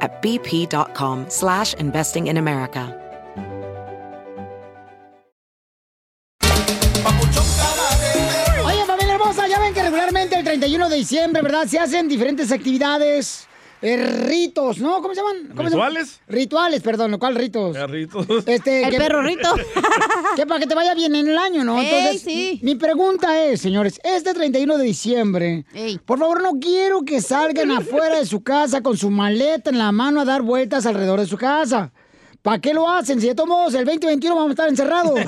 at bp.com slash investing in America. Oye, familia hermosa, ya ven que regularmente el 31 de diciembre, ¿verdad? Se hacen diferentes actividades, eh, ritos, ¿no? ¿Cómo se llaman? ¿Cómo se llaman? ¿Rituales? Rituales, perdón, ¿cuál ritos? Perritos. Este, El perro rito. que para que te vaya bien en el año, ¿no? Ey, Entonces, sí. mi pregunta es, señores, este 31 de diciembre, Ey. por favor, no quiero que salgan afuera de su casa con su maleta en la mano a dar vueltas alrededor de su casa. ¿Para qué lo hacen? Si de todos modos el 2021 vamos a estar encerrados.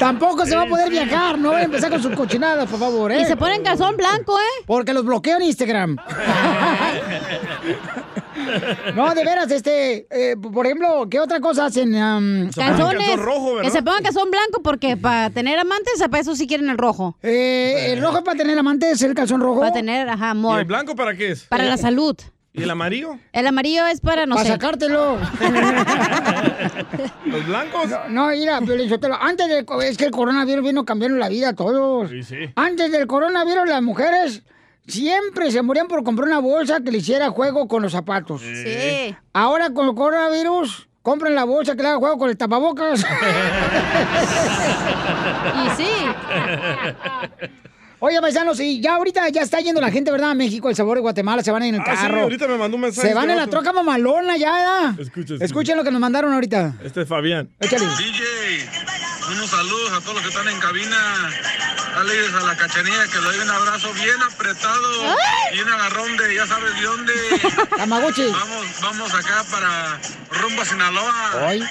Tampoco se va a poder viajar, no voy a empezar con sus cochinadas, por favor, ¿eh? Y se ponen calzón blanco, ¿eh? Porque los bloqueo en Instagram. no, de veras, este, eh, por ejemplo, ¿qué otra cosa hacen? Am, ponen Calzones. calzón rojo, ¿verdad? que se pongan calzón blanco porque para tener amantes, para eso sí quieren el rojo. Eh, el rojo es para tener amantes, el calzón rojo. Eh. Para tener, ajá, ¿Y el amor. blanco para qué es? Para la salud. ¿Y el amarillo? El amarillo es para, no para sé. sacártelo. ¿Los blancos? no, mira, Piolín Sotelo, antes del co- es que el coronavirus vino cambiando la vida a todos. Sí, sí. Antes del coronavirus las mujeres siempre se morían por comprar una bolsa que le hiciera juego con los zapatos. Sí. Ahora con el coronavirus compran la bolsa que le haga juego con el tapabocas. Y sí. Oye, paisanos, y ya ahorita ya está yendo la gente, ¿verdad? A México, El Sabor de Guatemala, se van en el Ah, sí, carro. ahorita me mandó un mensaje. se van este en la vato. troca mamalona ya, ¿verdad? Escucha, escucha. Escuchen lo que nos mandaron ahorita. Este es Fabián. Échale. DJ, unos saludos a todos los que están en cabina. Dale a la cachanilla que le doy un abrazo bien apretado y un agarrón de ya sabes de dónde. Tamagotchi. Vamos, vamos acá para rumbo a Sinaloa. Ay.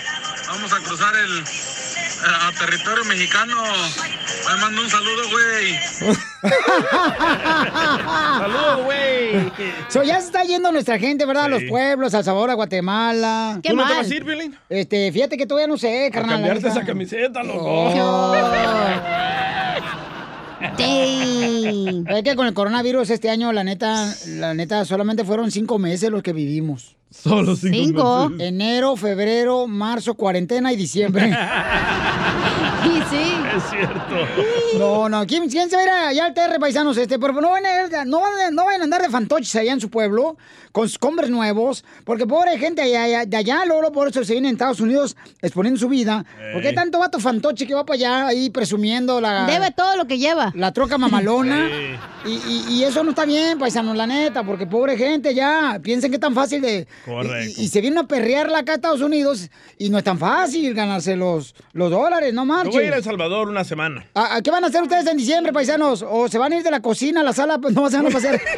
Vamos a cruzar el a, a territorio mexicano. Me mando un saludo, güey. Saludos, güey. So, ya se está yendo nuestra gente, ¿verdad? A los Sí. pueblos, al sabor a Guatemala. Qué ¿Tú no te mal. vas a ir, Piolín? Este, fíjate que todavía no sé, A carnal. la cambiarte neta. esa camiseta, loco. Oh. Dang. Es que con el coronavirus este año, la neta, la neta, solamente fueron cinco meses los que vivimos. Solo cinco, Cinco. meses. Enero, febrero, marzo, cuarentena y diciembre. Y sí. Es cierto. No, no, ¿quién, quién se va a ir allá al TR, paisanos? Este, por favor, no, van a ir- no, van a- no vayan a andar de fantoches allá en su pueblo, con sus hombres nuevos, porque pobre gente allá- allá- de allá, Lolo, por eso se viene a Estados Unidos exponiendo su vida. Eh. Porque hay tanto vato fantoche que va para allá ahí presumiendo la, Debe todo lo que lleva. la troca mamalona. Y, y- y eso no está bien, paisanos, la neta, porque pobre gente ya, piensen que es tan fácil de... Correcto. Y, y se vienen a perrearla acá a Estados Unidos y no es tan fácil ganarse los, los dólares, no Yo marches. voy a ir a El Salvador una semana. ¿A, a qué van a hacer ustedes en diciembre, paisanos? ¿O se van a ir de la cocina a la sala? Pues no se van a pasar.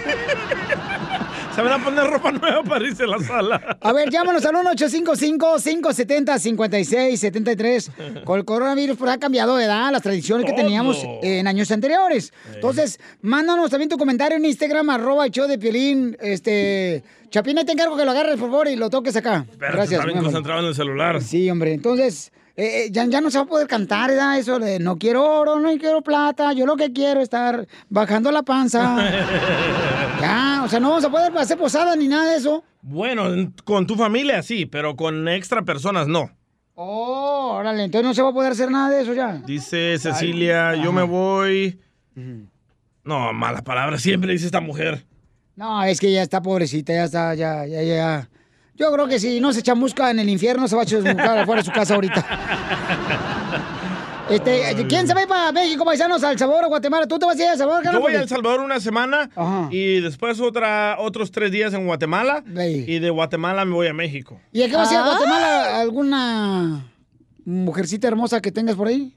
Se van a poner ropa nueva para irse a la sala. A ver, llámanos al 1-855-570-5673. Con el coronavirus pues, ha cambiado de edad las tradiciones que Todo. teníamos en años anteriores. Entonces, mándanos también tu comentario en Instagram, arroba el show de Piolín. Este, Chapina, te encargo que lo agarres, por favor, y lo toques acá. Espérate, Gracias. Estaba bien muy amable. concentrado en el celular. Sí, hombre, entonces... eh, eh, ya, ya no se va a poder cantar, ¿verdad? Eso de no quiero oro, no quiero plata, yo lo que quiero es estar bajando la panza. Ya, o sea, no vamos a poder hacer posadas ni nada de eso. Bueno, en- con tu familia sí, pero con extra personas no. Oh, órale, entonces no se va a poder hacer nada de eso ya. Dice Cecilia, yo me voy. No, malas palabras siempre dice esta mujer. No, es que ya está pobrecita, ya está, ya, ya, ya. Yo creo que si no se chamusca en el infierno, se va a chamuscar afuera de su casa ahorita. Este, ¿Quién se va a ir para México, paisanos, al Salvador o Guatemala? ¿Tú te vas a ir al Salvador, Yo carnal? voy a El Salvador una semana y después otra, otros tres días en Guatemala. Y de Guatemala me voy a México. ¿Y a qué vas a ir a Ah. Guatemala? ¿Alguna mujercita hermosa que tengas por ahí?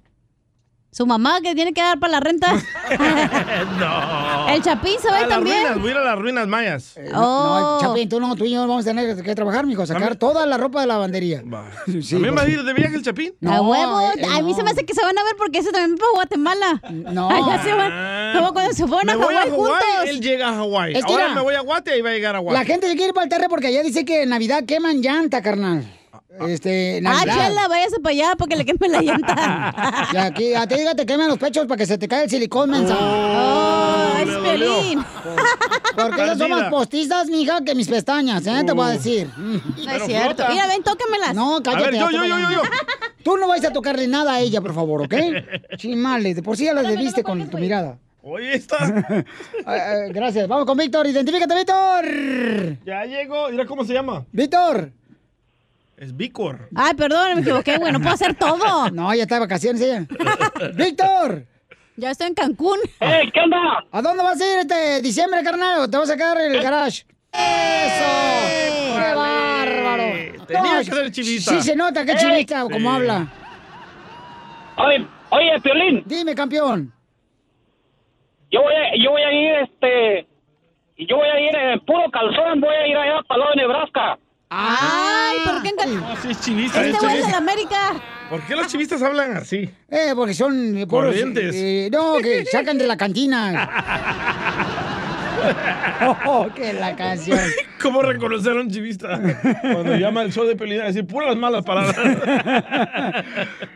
Su mamá que tiene que dar para la renta. no. El Chapín se va a ir las también. Oh. ruinas, voy a ir a las ruinas mayas. Eh, No, Chapín, tú no, tú y yo vamos a tener que trabajar, mijo, sacar toda la ropa de la lavandería. ¿También pues vas a sí. ir de viaje el Chapín? a huevo. eh, eh, a mí se me hace que se van a ver porque ese también fue a Guatemala. No. Allá se van. Como cuando se fueron Me a voy Hawái a Hawái, juntos. Ah, él llega a Hawái. Es que Ahora era- me voy a Guate y va a llegar a Guate. La gente se quiere ir para el terre porque allá dice que en Navidad queman llanta, carnal. Este, Ah, Navidad. chela, váyase para allá porque le queme la llanta. Y aquí, a ti diga, te queman los pechos para que se te caiga el silicón, mensa. Oh, es Piolín. Porque ellos son más Perdida. postizas, mija, que mis pestañas, ¿eh? Te voy a Uh. decir. No es cierto. Mira, ven, tócamelas. No, cállate. A ver, yo, hazte yo, para yo, allá. yo, yo. Tú no vais a tocarle nada a ella, por favor, ¿ok? Chimales, de por sí ya las debiste con pues. tu mirada. Oye, está. Ah, ah, gracias. Vamos con Víctor. Identifícate, Víctor. Ya llegó. Mira cómo se llama. Víctor. Es Vícor. Ay, perdón, me equivoqué, güey. No puedo hacer todo. No, ya está de vacaciones ella. Víctor. Ya estoy en Cancún. ¡Eh, qué onda! ¿A dónde vas a ir este diciembre, carnal? ¿O te vas a quedar en Eh. el garage? ¡Eso! ¡Qué bárbaro! Eh, Tenía No, que ser chivista. Sí se nota que es Ey. chivista, como Sí. habla. Oye, oye, Piolín. Dime, campeón. Yo voy a, yo voy a ir, este... Yo voy a ir en puro calzón, voy a ir allá a Palo de Nebraska. Ah, Ay, Ah. ¿por qué en Cancún? No, sí es chivista. Este es güey es de chivista. la América. ¿Por qué los chivistas hablan así? Eh, porque son eh, puros, Corrientes. eh, no, que sacan de la cantina. Oh, que la canción. ¿Cómo reconocer a un chivista? Cuando llama el show de Pelín a decir puras malas palabras.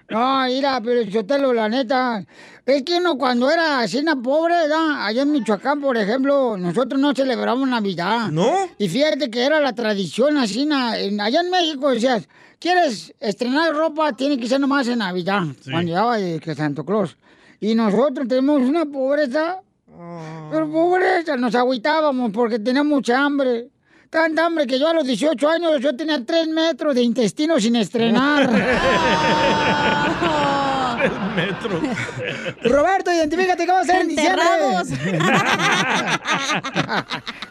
No, mira, pero Sotelo, la neta. Es que uno cuando era asina pobre, ¿verdad? allá en Michoacán, por ejemplo, nosotros no celebramos Navidad. ¿No? Y fíjate que era la tradición asina. en- allá en México decías, ¿quieres estrenar ropa? Tiene que ser nomás en Navidad, cuando llegaba de que Santo Claus. Y nosotros tenemos una pobreza, pero pobreza, nos agüitábamos porque teníamos mucha hambre. Tanta hambre que yo a los 18 años yo tenía 3 metros de intestino sin estrenar. Tres oh. metros. Roberto, identifícate qué vas a hacer en diciembre. Enterrados.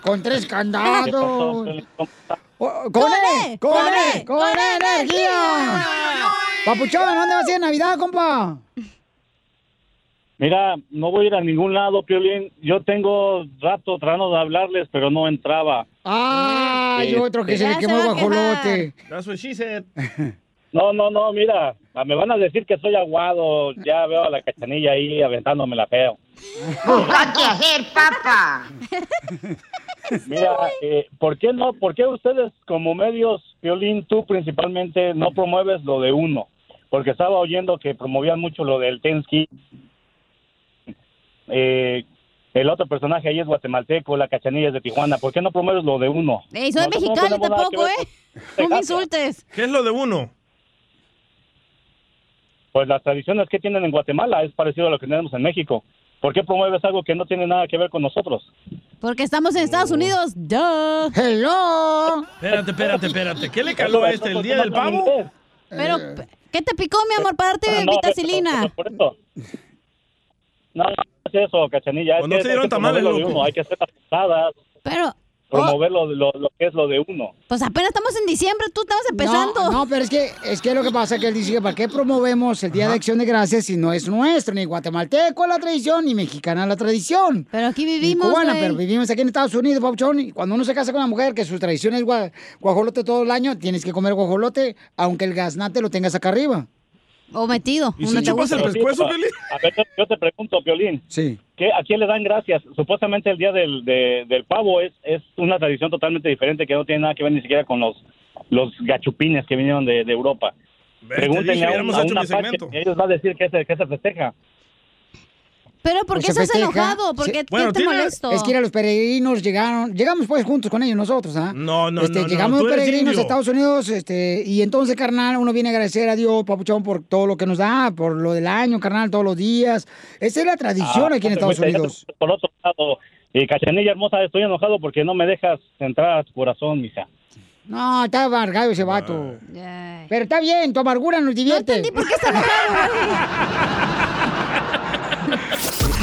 Con tres ¿Qué pasó, candados. Piolín? O- ¡Con E! ¡Con E! ¡Con E energía! Papuchón, ¿dónde vas a ir en Navidad, compa? Mira, no voy a ir a ningún lado, Piolín. Yo tengo rato tratando de hablarles, pero no entraba. Este, ¡Ay, Ah, otro que se le quemó el guajolote! That's what she said. No, no, no, mira, me van a decir que soy aguado. Ya veo a la cachanilla ahí aventándome la feo. What the hell, papa? Mira, eh, ¿por qué no? ¿Por qué ustedes como medios, Piolín, tú principalmente, no promueves lo de uno? Porque estaba oyendo que promovían mucho lo del Tensky. Eh, el otro personaje ahí es guatemalteco, la cachanilla es de Tijuana. ¿Por qué no promueves lo de uno? Ey, soy Nosotros no mexicano tenemos nada que tampoco, ver ¿eh? No me insultes. ¿Qué es lo de uno? Pues las tradiciones que tienen en Guatemala es parecido a lo que tenemos en México. ¿Por qué promueves algo que no tiene nada que ver con nosotros? Porque estamos en Estados Unidos. Duh. ¡Hello! Espérate, espérate, espérate. ¿Qué le caló a este? ¿El día del pavo? Pero, Eh. ¿qué te picó, mi amor, para darte Ah, No, vitacilina? Por eso. No, no es eso, cachanilla. Es Pues no que te hay dieron que promover tamales, lo de loco. uno, Hay que hacer las posadas, Ah. Pero, promover lo, lo, lo que es lo de uno. pues apenas estamos en diciembre, tú estabas empezando. No, no, pero es que, es que lo que pasa es que él dice que ¿para qué promovemos el Día de Acción de Gracias si no es nuestro? Ni guatemalteco la tradición, ni mexicana la tradición. Pero aquí vivimos, Ni cubana, güey. pero vivimos aquí en Estados Unidos, Papuchón. Y cuando uno se casa con una mujer que su tradición es gua- guajolote todo el año, tienes que comer guajolote, aunque el gaznate lo tengas acá arriba. O metido. ¿Y si uno te chupas gusta. el pescuezo, Piolín? A ver, yo- yo te pregunto, Piolín. Sí. ¿qué, ¿A quién le dan gracias? Supuestamente el día del, de- del pavo es, es una tradición totalmente diferente que no tiene nada que ver ni siquiera con los, los gachupines que vinieron de, de Europa. Pregúntenle dije, a, un, hubiéramos a hecho un mi apache, segmento. ellos van a decir que se, que se festeja. Pero, ¿por qué Pues se estás festeja. enojado? ¿Por Sí. qué, qué te molesto? Es que era los peregrinos llegaron, llegamos pues juntos con ellos nosotros, ¿ah? Mm, No, no, Este, no, no, llegamos tú eres peregrinos indio. a Estados Unidos, este, y entonces, carnal, uno viene a agradecer a Dios, papuchón, por todo lo que nos da, por lo del año, carnal, todos los días. Esa es la tradición Ah, aquí en no te Estados fuiste, ya Unidos. te fuiste Por otro Eh, lado, y Cachanilla hermosa, estoy enojado porque no me dejas entrar a tu corazón, mija. No, está amargado ese vato. Pero está bien, tu amargura nos divierte. No por qué está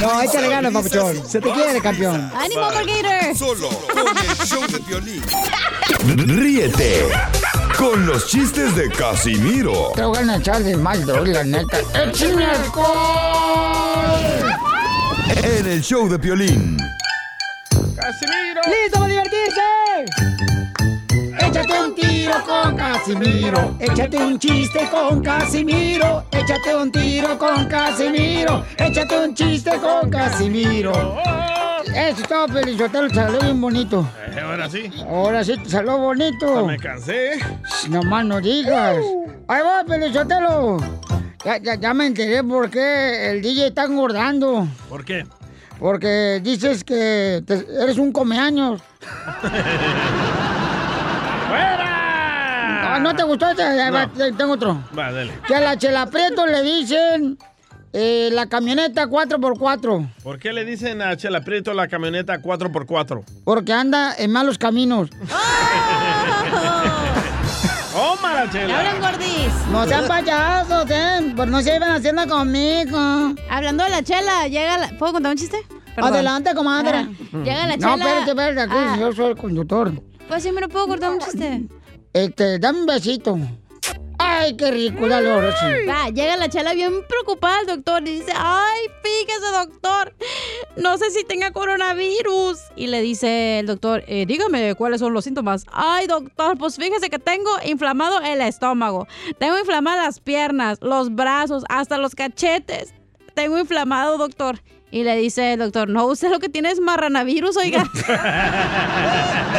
No, échale ganas, papuchón. Se te quiere, campeón. ¡Ánimo, Gator! Solo con el show de violín. Ríete con los chistes de Casimiro Te voy a echar de mal, de hoy, la neta. ¡Échame alcohol! en el show de violín. ¡Casimiro! ¡Listo para divertirse! Échate un tiro con Casimiro. Échate un chiste con Casimiro. Échate un tiro con Casimiro. Échate un chiste con Casimiro. Eso estaba feliz, te salió bien bonito. Eh, ahora sí. Ahora sí te salió bonito. Ya me cansé. Nomás no digas. Ahí va, Pelizotelo. Ya, ya, ya me enteré por qué el DJ está engordando. ¿Por qué? Porque dices que te- eres un comeaños. ¡Fuera! Ah, ¿No te gustó? ese? Ahí va, No. te- Tengo otro. Va, dale. Que a la Chela Prieto le dicen eh, la camioneta 4x4 ¿Por qué le dicen a Chela Prieto la camioneta 4x4? porque anda en malos caminos. ¡Tómala, Oh, Chela! gordis! No sean payasos, ¿eh? Pues no se iban haciendo conmigo. Hablando de la chela, llega la... ¿Puedo contar un chiste? Perdón. Adelante, comadre. Ah, llega la No, chela... espérate, espérate. Aquí Ah, yo soy el conductor. Pues sí, me lo puedo cortar un chiste. Este, dame un besito. Ay, qué rico, dale ahora sí. Va, llega la chela bien preocupada al doctor y dice, ay, fíjese doctor, no sé si tenga coronavirus. Y le dice el doctor, "Eh, dígame cuáles son los síntomas. Ay, doctor, pues fíjese que tengo inflamado el estómago, tengo inflamadas las piernas, los brazos, hasta los cachetes. Tengo inflamado, doctor. Y le dice el doctor, no, usted lo que tiene es marranavirus, oiga.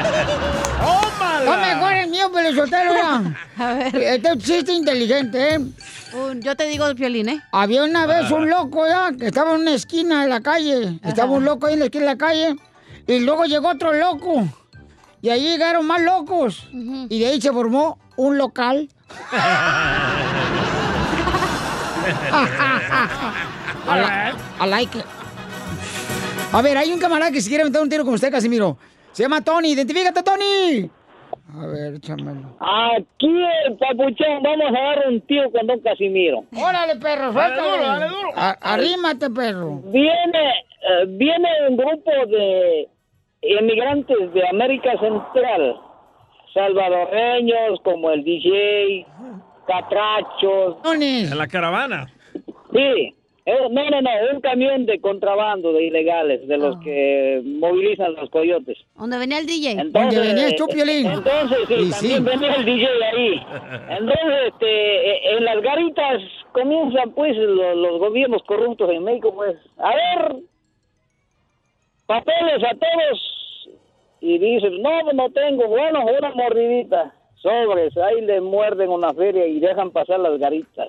No mejor el mío, pero soltero. A ver. Este es un chiste inteligente, ¿eh? Un- yo te digo el violín, ¿eh? Había una vez un loco, ya, que estaba en una esquina de la calle. Estaba un loco ahí en la esquina de la calle. Y luego llegó otro loco. Y ahí llegaron más locos. Y de ahí se formó un local. I, li- I like it. A ver, hay un camarada que se quiere meter un tiro con usted, Casimiro. Se llama Tony. ¡Identifícate, Tony! A ver, échamelo. Aquí el papuchón, vamos a dar un tío con don Casimiro. órale, perro, Dale suéltalo. duro, dale duro. A- Arrímate, perro. Viene, eh, viene un grupo de inmigrantes de América Central, salvadoreños como el DJ, catrachos. En la caravana. Sí, eh, no, no, no, un camión de contrabando de ilegales, de Ah. los que movilizan los coyotes. Donde venía el DJ. Entonces, eh, Entonces, sí, Y también sí. venía el DJ ahí. Entonces, este, eh, en las garitas comienzan, pues, lo- los gobiernos corruptos en México, pues, a ver, papeles a todos. Y dicen, no, no tengo, bueno, una mordidita. Pues, Sobres, ahí le muerden una feria y dejan pasar las garitas.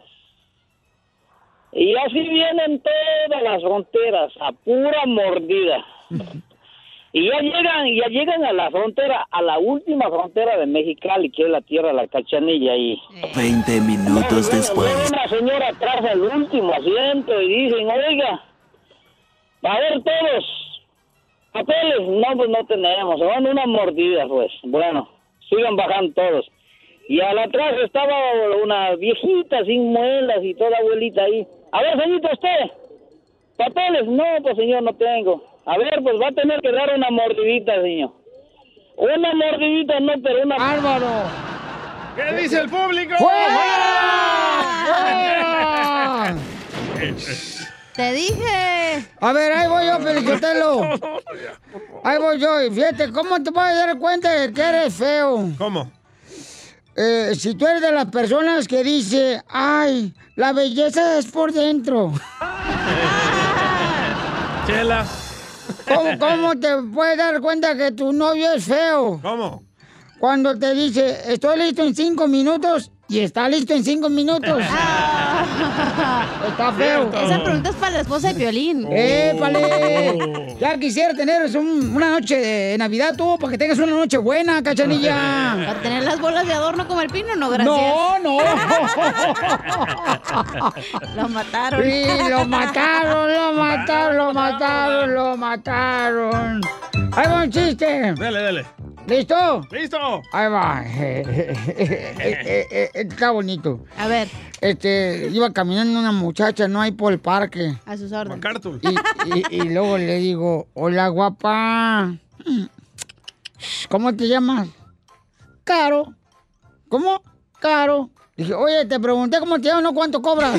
Y así vienen todas las fronteras, a pura mordida. Y ya llegan, ya llegan a la frontera, a la última frontera de Mexicali, que es la tierra de la cachanilla ahí. Eh. 20 minutos después. Viene Una señora atrás del último asiento y dicen, oiga, a ver todos, papeles, no, pues no tenemos, son unas mordidas pues. Bueno, sigan bajando todos. Y al atrás estaba una viejita sin muelas y toda abuelita ahí. A ver, señorita, usted, papeles, no, pues señor, no tengo. A ver, pues va a tener que dar una mordidita, señor. Una mordidita, no, pero una... ¡Álvaro! ¿Qué dice el público? ¡Fuera! Te dije. A ver, ahí voy yo, Felicitelo. Ahí voy yo. Y fíjate, ¿cómo te puedes dar cuenta de que eres feo? Eh, ¿Cómo? si tú eres de las personas que dice, ay, la belleza es por dentro. Chela. ¿Cómo, cómo te puedes dar cuenta que tu novio es feo? ¿Cómo? Cuando te dice, estoy listo en cinco minutos y está listo en cinco minutos. está feo. Oh. Esa pregunta es para la esposa de Piolín. ¡Épale! Ya quisiera tener un- una noche de Navidad tú, para que tengas una noche buena, cachanilla. Para tener las bolas de adorno como el pino, no, gracias. No, no. Lo mataron. Sí, lo mataron, lo mataron, lo mataron, lo mataron. Ahí va un chiste. Dale, dale. ¿Listo? ¡Listo! Ahí va. Eh, Está bonito. A ver. Este, iba caminando una muchacha, no hay por el parque. A sus órdenes. Y, y- y luego le digo, hola guapa. ¿Cómo te llamas? Caro. ¿Cómo? Caro. Dije, oye, te pregunté cómo te llamas, no cuánto cobras.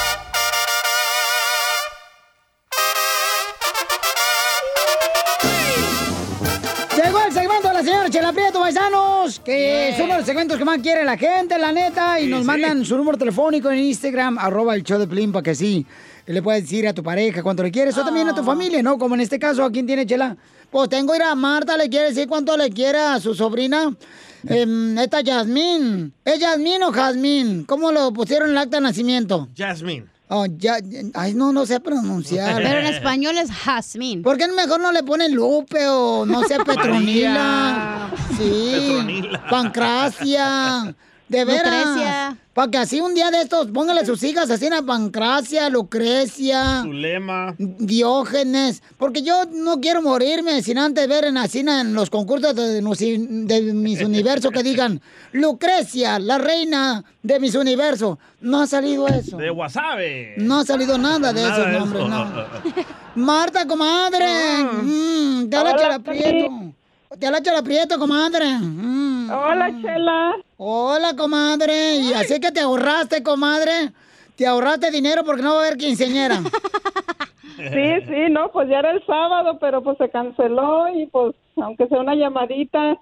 Llegó el segmento de la señora Chela Prieto, paisanos, que es uno de los segmentos que más quiere la gente, la neta, y nos mandan su número telefónico en Instagram, arroba el show de Plin, para que sí, le puedes decir a tu pareja cuánto le quieres, o también a tu familia, ¿no? Como en este caso, ¿a quién tiene Chela? Pues tengo ir a Marta, le quiere decir cuánto le quiere a su sobrina, em, esta Yasmín. ¿Es Yasmín o Jazmín? ¿Cómo lo pusieron en el acta de nacimiento? Jasmine. Oh, ya, ay, no, no sé pronunciar. Pero en español es Jasmine. ¿Por qué mejor no le ponen Lupe o no sé, Petronila? Sí. Petronila. Pancracia. De veras. Lucrecia. Para que así un día de estos, póngale sus hijas así en Pancracia, Lucrecia. Zulema. Diógenes, porque yo no quiero morirme sin antes ver en Asina en los concursos de, musi- de mis universo que digan Lucrecia, la reina de mis universo. No ha salido eso. De wasabi. No ha salido nada de esos Ah, Nada de nombres, eso. no. Marta, comadre. Ah. Mm, te habla Hola, Chela Prieto. Te habla Chela Prieto, comadre. Hola, Chela. Hola, comadre. Y así que te ahorraste, comadre. Te ahorraste dinero porque no va a haber quinceñera. Sí, sí, no, pues ya era el sábado, pero pues se canceló y pues aunque sea una llamadita.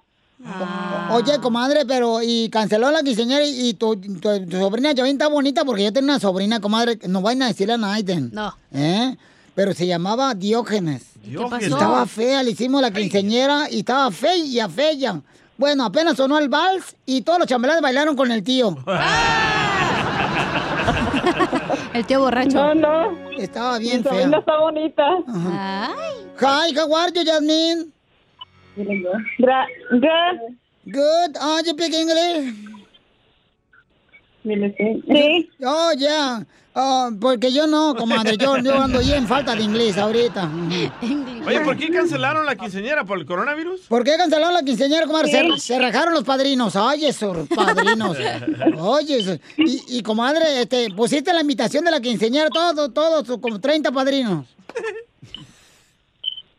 Ah. Oye, comadre, pero y canceló la quinceañera y, y tu, tu- tu sobrina Yavin está bonita porque yo tengo una sobrina, comadre, que no vayan a decirle a nadie. No. ¿Eh? Pero se llamaba Diógenes. Diógenes. pasó? Estaba fea, le hicimos la quinceañera y estaba fea, fea. Bueno, apenas sonó el vals y todos los chambelanes bailaron con el tío. El tío No, borracho. no. Estaba bien Mi fea. sobrina está bonita. Hi, how are you, Jasmine? Gra good. Good. Oh, you speak English? Sí. Oh, yeah. Oh, porque yo no, comadre. Yo, yo ando ahí en falta de inglés ahorita. Oye, ¿por qué cancelaron la quinceañera? ¿Por el coronavirus? ¿Por qué cancelaron la quinceañera, comadre? Se- Sí. Se, rajaron los padrinos. Oye, esos padrinos. Oye, esos- y, y, comadre, este, pusiste la invitación de la quinceañera, todos, todos, como 30 padrinos.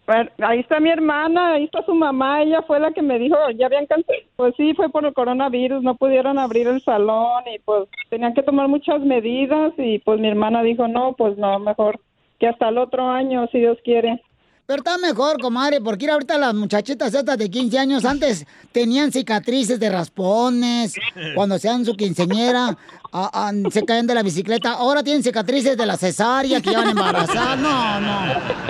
Bueno, ahí está mi hermana, ahí está su mamá, ella fue la que me dijo, ya habían cancelado. Pues sí, fue por el coronavirus, no pudieron abrir el salón y pues tenían que tomar muchas medidas y pues mi hermana dijo, no, pues no, mejor que hasta el otro año, si Dios quiere. Pero está mejor, comadre, porque ir ahorita las muchachitas estas de 15 años antes tenían cicatrices de raspones, cuando sean su quinceñera, a- a- se caen de la bicicleta, ahora tienen cicatrices de la cesárea que llevan embarazadas. No, no,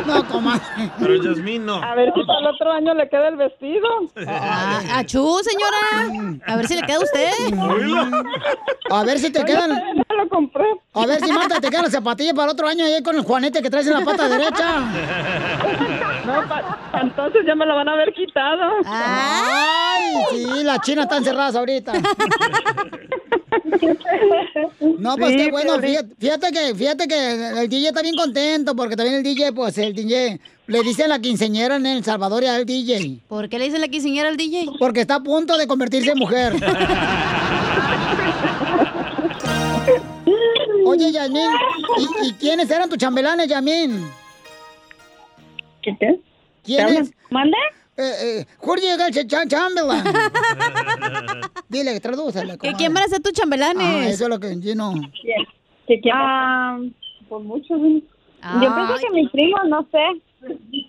no, comadre. Pero Jasmine no. A ver si para el otro año le queda el vestido. Achú, Ah, señora. A ver si le queda a usted. A ver si te quedan. lo compré. A ver si Marta te quedan las zapatillas para el otro año ahí con el juanete que traes en la pata derecha. No, pa- pa- entonces ya me lo van a haber quitado. Ay, sí, las chinas están cerradas ahorita. No, pues Sí, qué bueno, Piolín. fíjate, fíjate que, fíjate que el DJ está bien contento, porque también el DJ, pues el DJ le dice la quinceñera en El Salvador y al DJ. ¿Por qué le dicen la quinceañera al DJ? Porque está a punto de convertirse en mujer. Oye, Yasmín, ¿y, y quiénes eran tus chambelanes, Yasmín? ¿Qué qué? ¿Quiénes? ¿Te ¿Manda? Eh, eh, who do you got your cha- chambelan? Dile, tradúcele. ¿Que quién van a ser tus chambelanes? Ah, eso es lo que yo no. Ah, pues muchos. Yo pienso Ay. que mi primo, no sé.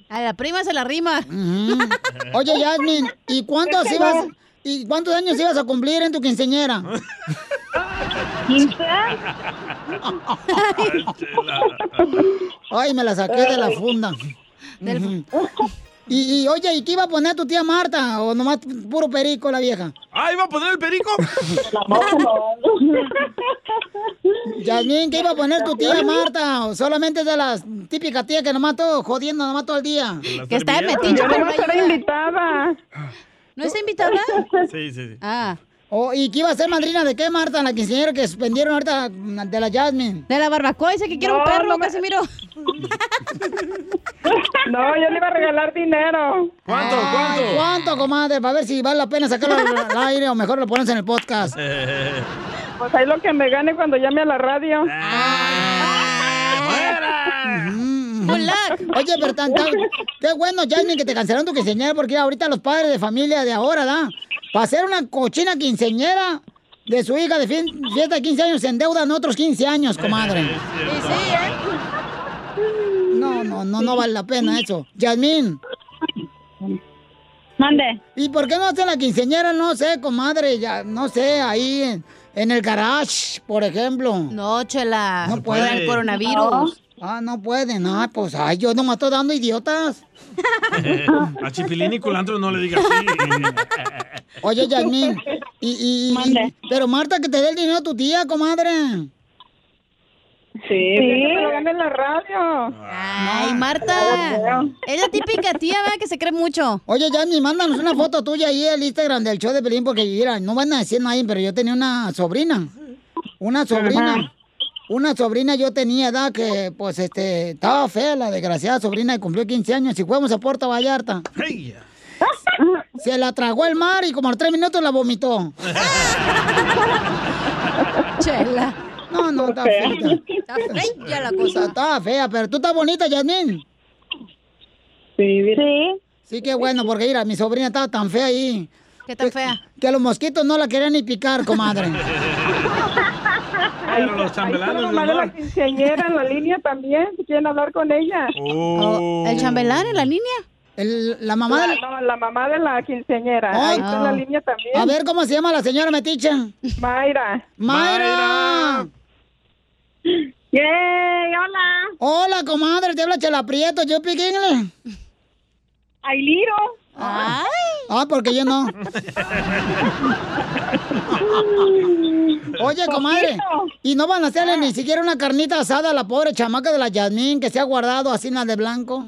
A la prima se la rima. Oye, Yasmin, ¿y cuántos ibas, y cuántos años ibas a cumplir en tu quinceñera? Ay, me la saqué de la funda. Ujú. Y, y, oye, ¿y qué iba a poner tu tía Marta? ¿O nomás puro perico la vieja? ¡Ah, iba a poner el perico! Yasmín, ¿qué iba a poner tu tía Marta? ¿O solamente de las típicas tías que nomás todo jodiendo nomás todo el día? Que está de metiche, pero no Era ayuda. invitada. ¿No está invitada? Sí, sí, sí. Ah. Oh, ¿Y qué iba a ser madrina de qué, Marta? La quinceañera que suspendieron ahorita de la Jasmine. De la barbacoa, dice que quiere un No, perro, no me- Casimiro. No, yo le iba a regalar dinero. ¿Cuánto? ¿Cuánto? Ay, ¿Cuánto, comadre? Para ver si vale la pena sacarlo al, al aire o mejor lo pones en el podcast. Pues ahí lo que me gane cuando llame a la radio. Ah. Oye, pero tan, tan- qué bueno, Jasmine, que te cancelaron tu quinceañera porque ahorita los padres de familia de ahora, ¿da? Para hacer una cochina quinceañera de su hija de fin- fiesta de 15 años se endeudan otros 15 años, comadre. ¿eh? No, no, no, no vale la pena eso. Yasmín. Mande. ¿Y por qué no hacen la quinceñera? No sé, comadre, ya, no sé, ahí en, en el garage, por ejemplo. No, chela. No Se pueden. puede. El coronavirus. Ah, no pueden. Ah, pues, ay, yo nomás estoy dando idiotas. A Chipilín y Culantro no le digas así. Oye, Yasmín, y, y- y- pero Marta, que te dé el dinero a tu tía, comadre. Sí, que me lo gane en la radio. Ah, Ay, Marta. Es la típica tía, ¿verdad? Que se cree mucho. Oye, Yasmín, mándanos una foto tuya ahí al Instagram del show de Pelín, porque mira, no van a decir nadie, pero yo tenía una sobrina. Una sobrina. Ajá. Una sobrina yo tenía, edad que pues este, estaba fea la desgraciada sobrina y cumplió 15 años y fuimos a Puerto Vallarta. Se la tragó el mar y como a los tres minutos la vomitó. Chela. No, no, está Fea. fea. Está fea la cosa. Está fea, pero tú estás bonita, Yasmín. Sí, sí. Sí, qué bueno, porque mira, mi sobrina estaba tan fea ahí. ¿Qué tan fea? Que los mosquitos no la querían ni picar, comadre. Pero los chambelanes Nomás de la quinceañera en la línea también, si quieren hablar con ella. Oh, ¿El chambelán en la línea? la mamá de la... la- No, la mamá de la quinceañera. Ahí está Oh. en la línea también. A ver, ¿cómo se llama la señora meticha? Mayra. ¡Mayra! ¡Yay! ¡Hola! Hola, comadre, te habla Chela Prieto, ¿yo pique inglés? ¡Ay, Liro! ¡Ay! Ah, porque yo no. Oye, comadre, ¿y no van a hacerle Ah. ni siquiera una carnita asada a la pobre chamaca de la Yasmín que se ha guardado así nada de blanco?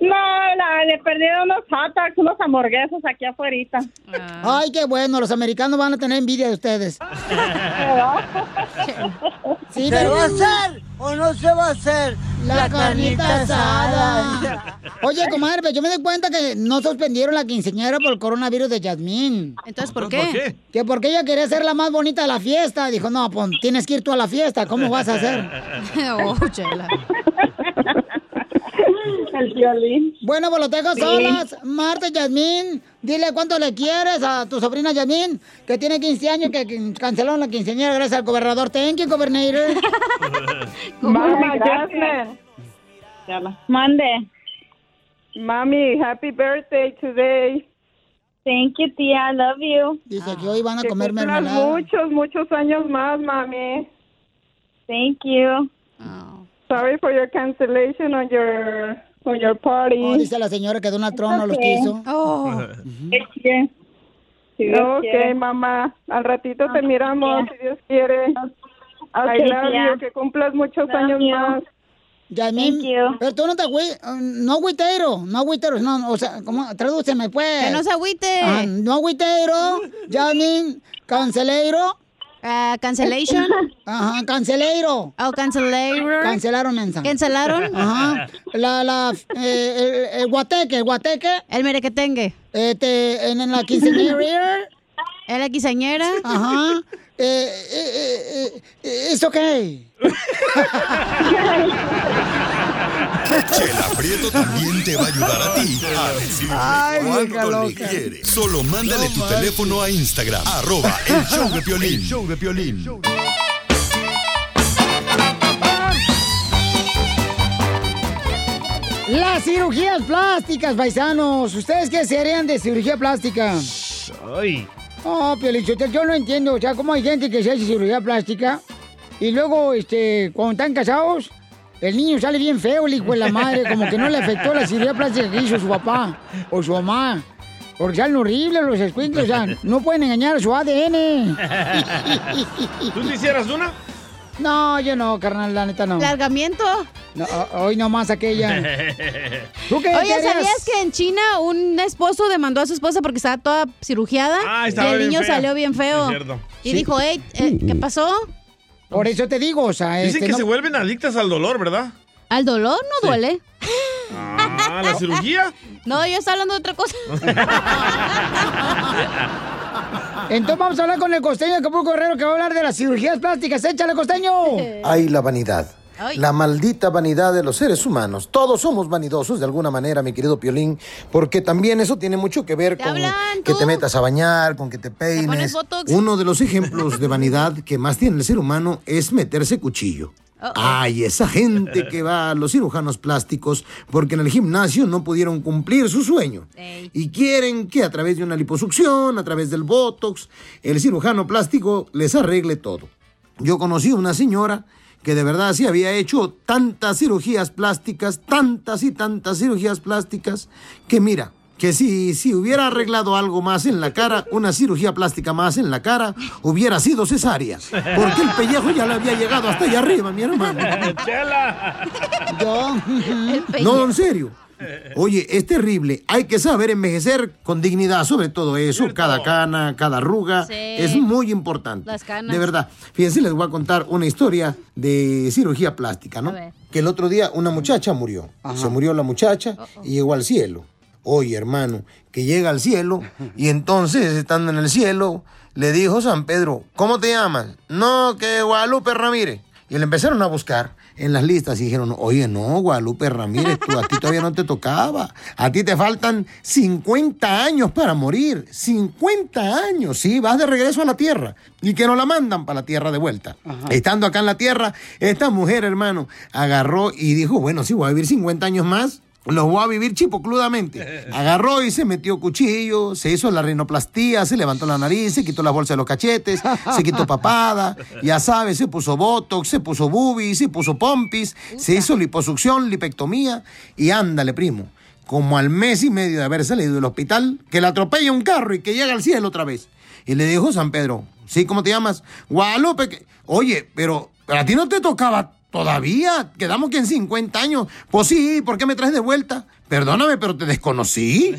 No, la, le perdieron unos hot dogs, unos hamburguesas aquí afuera. Ah. Ay, qué bueno, los americanos van a tener envidia de ustedes. Sí, ¿Se pero- va a hacer o no se va a hacer La, carnita, asada. Oye, comadre, pero yo me di cuenta que no suspendieron la quinceañera por el coronavirus de Yasmín. Entonces, ¿por Entonces, qué? ¿por qué? Pues, Que porque ella quería ser la más bonita de la fiesta. Dijo, no, pon, tienes que ir tú a la fiesta. ¿Cómo vas a hacer? oh, chela. El violín. Bueno, pues lo dejo Sí. solas. Marta, Yasmín, dile cuánto le quieres a tu sobrina Yasmín, que tiene 15 años, que qu- cancelaron la quinceañera gracias al gobernador. Thank you, gobernador. Mama, Ay, gracias. Jasmine. Mande. Mami, happy birthday today. Thank you, tía. I love you. Dice que hoy van a comer cumplas mermelada. muchos, muchos años más, mami. Thank you. Ah. Sorry for your cancellation on your on your party. Oh, dice la señora que Donald Trump no los Okay. quiso. Oh. Si Dios ok, quiere. mamá. Al ratito Ah. te miramos, tía. si Dios quiere. I love tía. you, que cumplas muchos años más. Yasmín, pero tú no te agüi, no agüitero, no agüitero, no, o sea, ¿cómo? Tradúceme, pues. Que no se agüite. Ah, no agüitero, Yasmín, canceleiro. Ah, cancellation. Ajá, canceleiro. Oh, canceleiro. Cancelaron, mensa. Cancelaron. Ajá. La, la, eh, el, el guateque, el guateque. El merequetengue. Este, en, en la quinceañera. En la quinceañera. Ajá. Eh, eh, eh, eh, it's okay. Chela Prieto también te va a ayudar a ti a decirle Ay, vieja cuánto le loca. quieres. Solo mándale tu teléfono a Instagram, arroba el show de Piolín. El show de Piolín. Las cirugías plásticas, paisanos. ¿Ustedes qué se harían de cirugía plástica? Ay. Oh, Piolichotel, yo no entiendo. O sea, ¿cómo hay gente que se hace cirugía plástica? Y luego, este, cuando están casados, El niño sale bien feo, el hijo de la madre, como que no le afectó la cirugía plástica que hizo su papá o su mamá. Porque salen horribles los escuincles, o sea, no pueden engañar su ADN. ¿Tú te hicieras una? No, yo no, carnal, la neta no. ¿Largamiento? No, o- hoy nomás aquella. ¿Tú Oye, qué qué harías? ¿sabías que en China un esposo demandó a su esposa porque estaba toda cirugiada? Ah, y estaba el bien niño fea. salió bien feo. Es cierto. Y Sí. dijo, hey, eh, ¿qué pasó? Mm. Por eso te digo, o sea, Dicen este, que no- se vuelven adictas al dolor, ¿verdad? ¿Al dolor no duele? Ah, la cirugía. No, yo estaba hablando de otra cosa. Entonces vamos a hablar con el costeño de Acapulco Guerrero que va a hablar de las cirugías plásticas. ¡Échale, costeño! Hay la vanidad. Ay. La maldita vanidad de los seres humanos. Todos somos vanidosos de alguna manera, mi querido Piolín, porque también eso tiene mucho que ver con que te metas a bañar, con que te peines. botox. Uno de los ejemplos de vanidad que más tiene el ser humano es meterse cuchillo. Ay, esa gente que va a los cirujanos plásticos porque en el gimnasio no pudieron cumplir su sueño. Y quieren que a través de una liposucción, a través del Botox, el cirujano plástico les arregle todo. Yo conocí una señora que de verdad sí había hecho tantas cirugías plásticas, tantas y tantas cirugías plásticas, que mira, que si, si hubiera arreglado algo más en la cara, una cirugía plástica más en la cara, hubiera sido cesárea, porque el pellejo ya le había llegado hasta allá arriba, mi hermano. Yo. No, en serio. Oye, es terrible. Hay que saber envejecer con dignidad, sobre todo eso. Cada cana, cada arruga. Sí. Es muy importante. Las canas. De verdad. Fíjense, les voy a contar una historia de cirugía plástica, ¿no? Que el otro día una muchacha murió. Se murió la muchacha y llegó al cielo. Oye, hermano, que llega al cielo y entonces, estando en el cielo, le dijo San Pedro, ¿cómo te llamas? No, que Guadalupe Ramírez. Y le empezaron a buscar en las listas y dijeron, oye, no, Guadalupe Ramírez, tú, a ti todavía no te tocaba. A ti te faltan 50 años para morir. 50 años, sí, vas de regreso a la tierra. Y que no la mandan para la tierra de vuelta. Estando acá en la tierra, esta mujer, hermano, agarró y dijo, bueno, sí, voy a vivir 50 años más. Los voy a vivir chipocludamente. Agarró y se metió cuchillo, se hizo la rinoplastía, se levantó la nariz, se quitó la bolsa de los cachetes, se quitó papada, ya sabes, se puso botox, se puso boobies, se puso pompis, se hizo liposucción, lipectomía y ándale, primo. Como al mes y medio de haber salido del hospital, que le atropella un carro y que llega al cielo otra vez. Y le dijo San Pedro, ¿sí? ¿Cómo te llamas? Guadalupe. que- Oye, pero, pero a ti no te tocaba todavía. Quedamos que en 50 años. Pues sí, ¿por qué me traes de vuelta? Perdóname, pero te desconocí.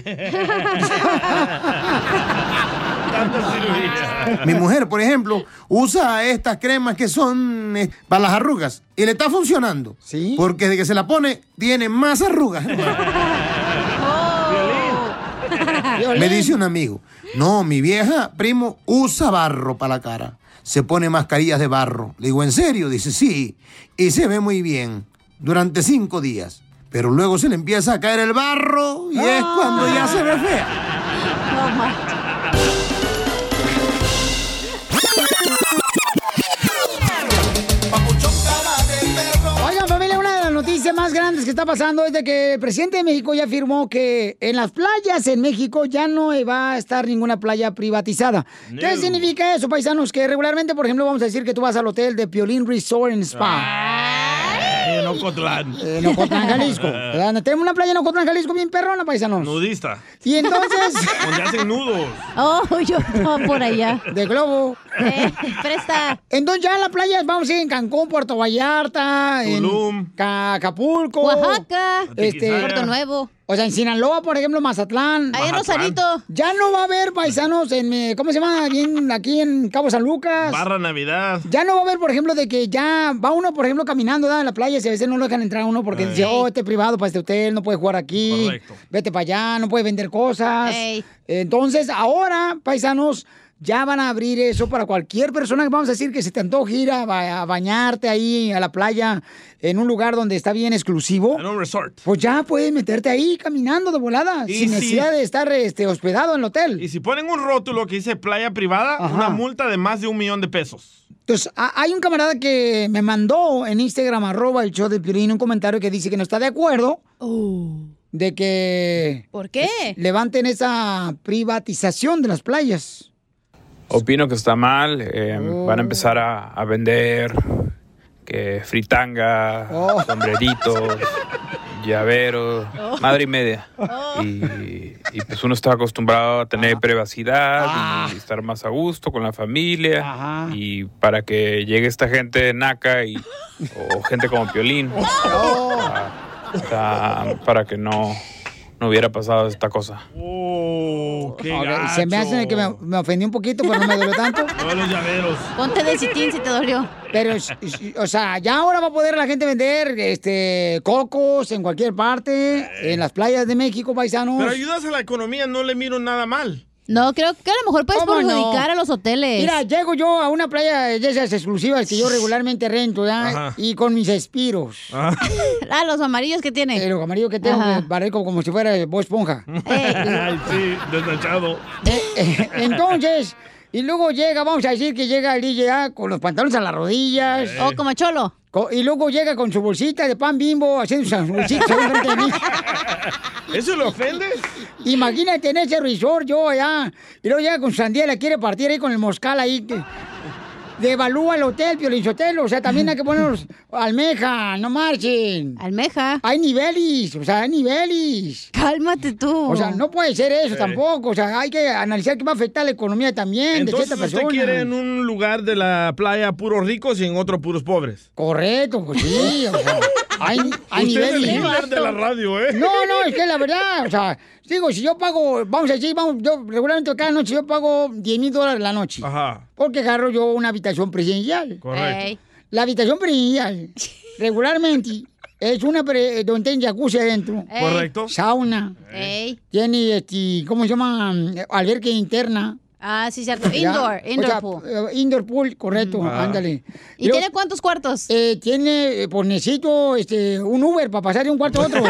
Mi mujer, por ejemplo, usa estas cremas que son eh, para las arrugas y le está funcionando. Sí. Porque desde que se la pone, tiene más arrugas. Me dice un amigo, no, mi vieja, primo, usa barro para la cara. Se pone mascarillas de barro. Le digo, ¿en serio? Dice, sí. Y se ve muy bien durante cinco días. Pero luego se le empieza a caer el barro y es cuando ya se ve fea. Oigan, familia, una de las noticias más grandes que está pasando es de que el presidente de México ya afirmó que en las playas en México ya no va a estar ninguna playa privatizada. ¿Qué No. significa eso, paisanos? Que regularmente, por ejemplo, vamos a decir que tú vas al hotel de Piolín Resort and Spa. Eh, En Ocotlán. Eh, En Ocotlán, Jalisco. Eh, ¿Verdad? Tenemos una playa en Ocotlán, Jalisco bien perrona, paisanos. Nudista. Y entonces... Donde hacen nudos. Oh, yo por allá. De globo. presta. Entonces ya en la playa vamos a ir en Cancún, Puerto Vallarta, en Tulum. Ca- Acapulco. Oaxaca. Este, Puerto Nuevo. O sea, en Sinaloa, por ejemplo, Mazatlán. Ahí en Mazatlán. Ya no va a haber paisanos en, eh, ¿cómo se llama? Aquí en, aquí en Cabo San Lucas. Barra Navidad. Ya no va a haber, por ejemplo, de que ya va uno, por ejemplo, caminando ¿da? en la playa, si a veces no lo dejan entrar a uno porque Ey. dice, oh, este es privado para este hotel, no puedes jugar aquí, Correcto. vete para allá, no puedes vender cosas. Entonces, ahora, paisanos, ya van a abrir eso para cualquier persona que vamos a decir que se te antoje ir a, ba- a bañarte ahí a la playa en un lugar donde está bien exclusivo. En un resort. Pues ya puedes meterte ahí caminando de volada, Y sin si- necesidad de estar este, hospedado en el hotel. Y si ponen un rótulo que dice playa privada, una multa de más de un millón de pesos. Entonces, a- hay un camarada que me mandó en Instagram, arroba el show de Piolín, un comentario que dice que no está de acuerdo Oh. de que... ¿Por qué? Levanten esa privatización de las playas. Oh. Opino que está mal. eh, Van a empezar a, a vender que fritanga, Oh. sombreritos, llaveros, Oh. madre y media. Y, y, pues uno está acostumbrado a tener privacidad Ah. y estar más a gusto con la familia. Y para que llegue esta gente naca y, o gente como Piolín, Oh. ah, está- para que no, no hubiera pasado esta cosa. A ver, se me hace que me, me ofendí un poquito, pero no me dolió tanto. Todos los llaveros. Ponte de citín si te dolió. Pero, s- s- o sea, ya ahora va a poder la gente vender este cocos en cualquier parte, en las playas de México, paisanos. Pero ayudas a la economía, no le miro nada mal. No, creo que a lo mejor puedes perjudicar a los hoteles. Mira, llego yo a una playa de esas exclusivas que yo regularmente rento, ¿ya? Ajá. Y con mis espiros. Eh, Ah, los amarillos que tiene. Los amarillos que tengo, Ajá. que parezco como si fuera Bob Esponja. Ay, sí, desnachado. eh, Entonces, y luego llega, vamos a decir que llega el DJ ah, con los pantalones a las rodillas. Eh. Oh, como cholo. y luego llega con su bolsita de pan bimbo, haciendo sus bolsitas enfrente de mí. ¿Eso le ofende? Imagínate en ese resort yo allá. Y luego llega con su sandía, la quiere partir ahí con el moscal ahí. que- Devalúa el hotel, Piolinchotelo. O sea, también hay que ponernos almeja, no marchen. Almeja. Hay niveles, o sea, hay niveles. Cálmate tú. O sea, no puede ser eso Eh. tampoco. O sea, hay que analizar que va a afectar la economía también Entonces de cierta usted persona. quiere en un lugar de la playa puros ricos y en otro puros pobres. Correcto, pues sí. O sea, hay, hay Usted es el niveles. líder de la radio, ¿eh? No, no, es que la verdad, o sea, digo, si yo pago, vamos a decir, vamos, yo regularmente cada noche yo pago 10 mil dólares la noche. Ajá. Porque agarro yo una habitación presidencial. Correcto. Ey. La habitación presidencial, regularmente, es una pre- donde tiene jacuzzi adentro. Ey. Correcto. Sauna. Ey. Tiene, este, ¿cómo se llama? Alberca interna. Ah, sí, cierto. Ya. Indoor, O indoor sea, pool. eh, Indoor pool, Mm, correcto, Ah. ándale. ¿Y tiene cuántos cuartos? tiene, eh, pues necesito este, un Uber para pasar de un cuarto a otro.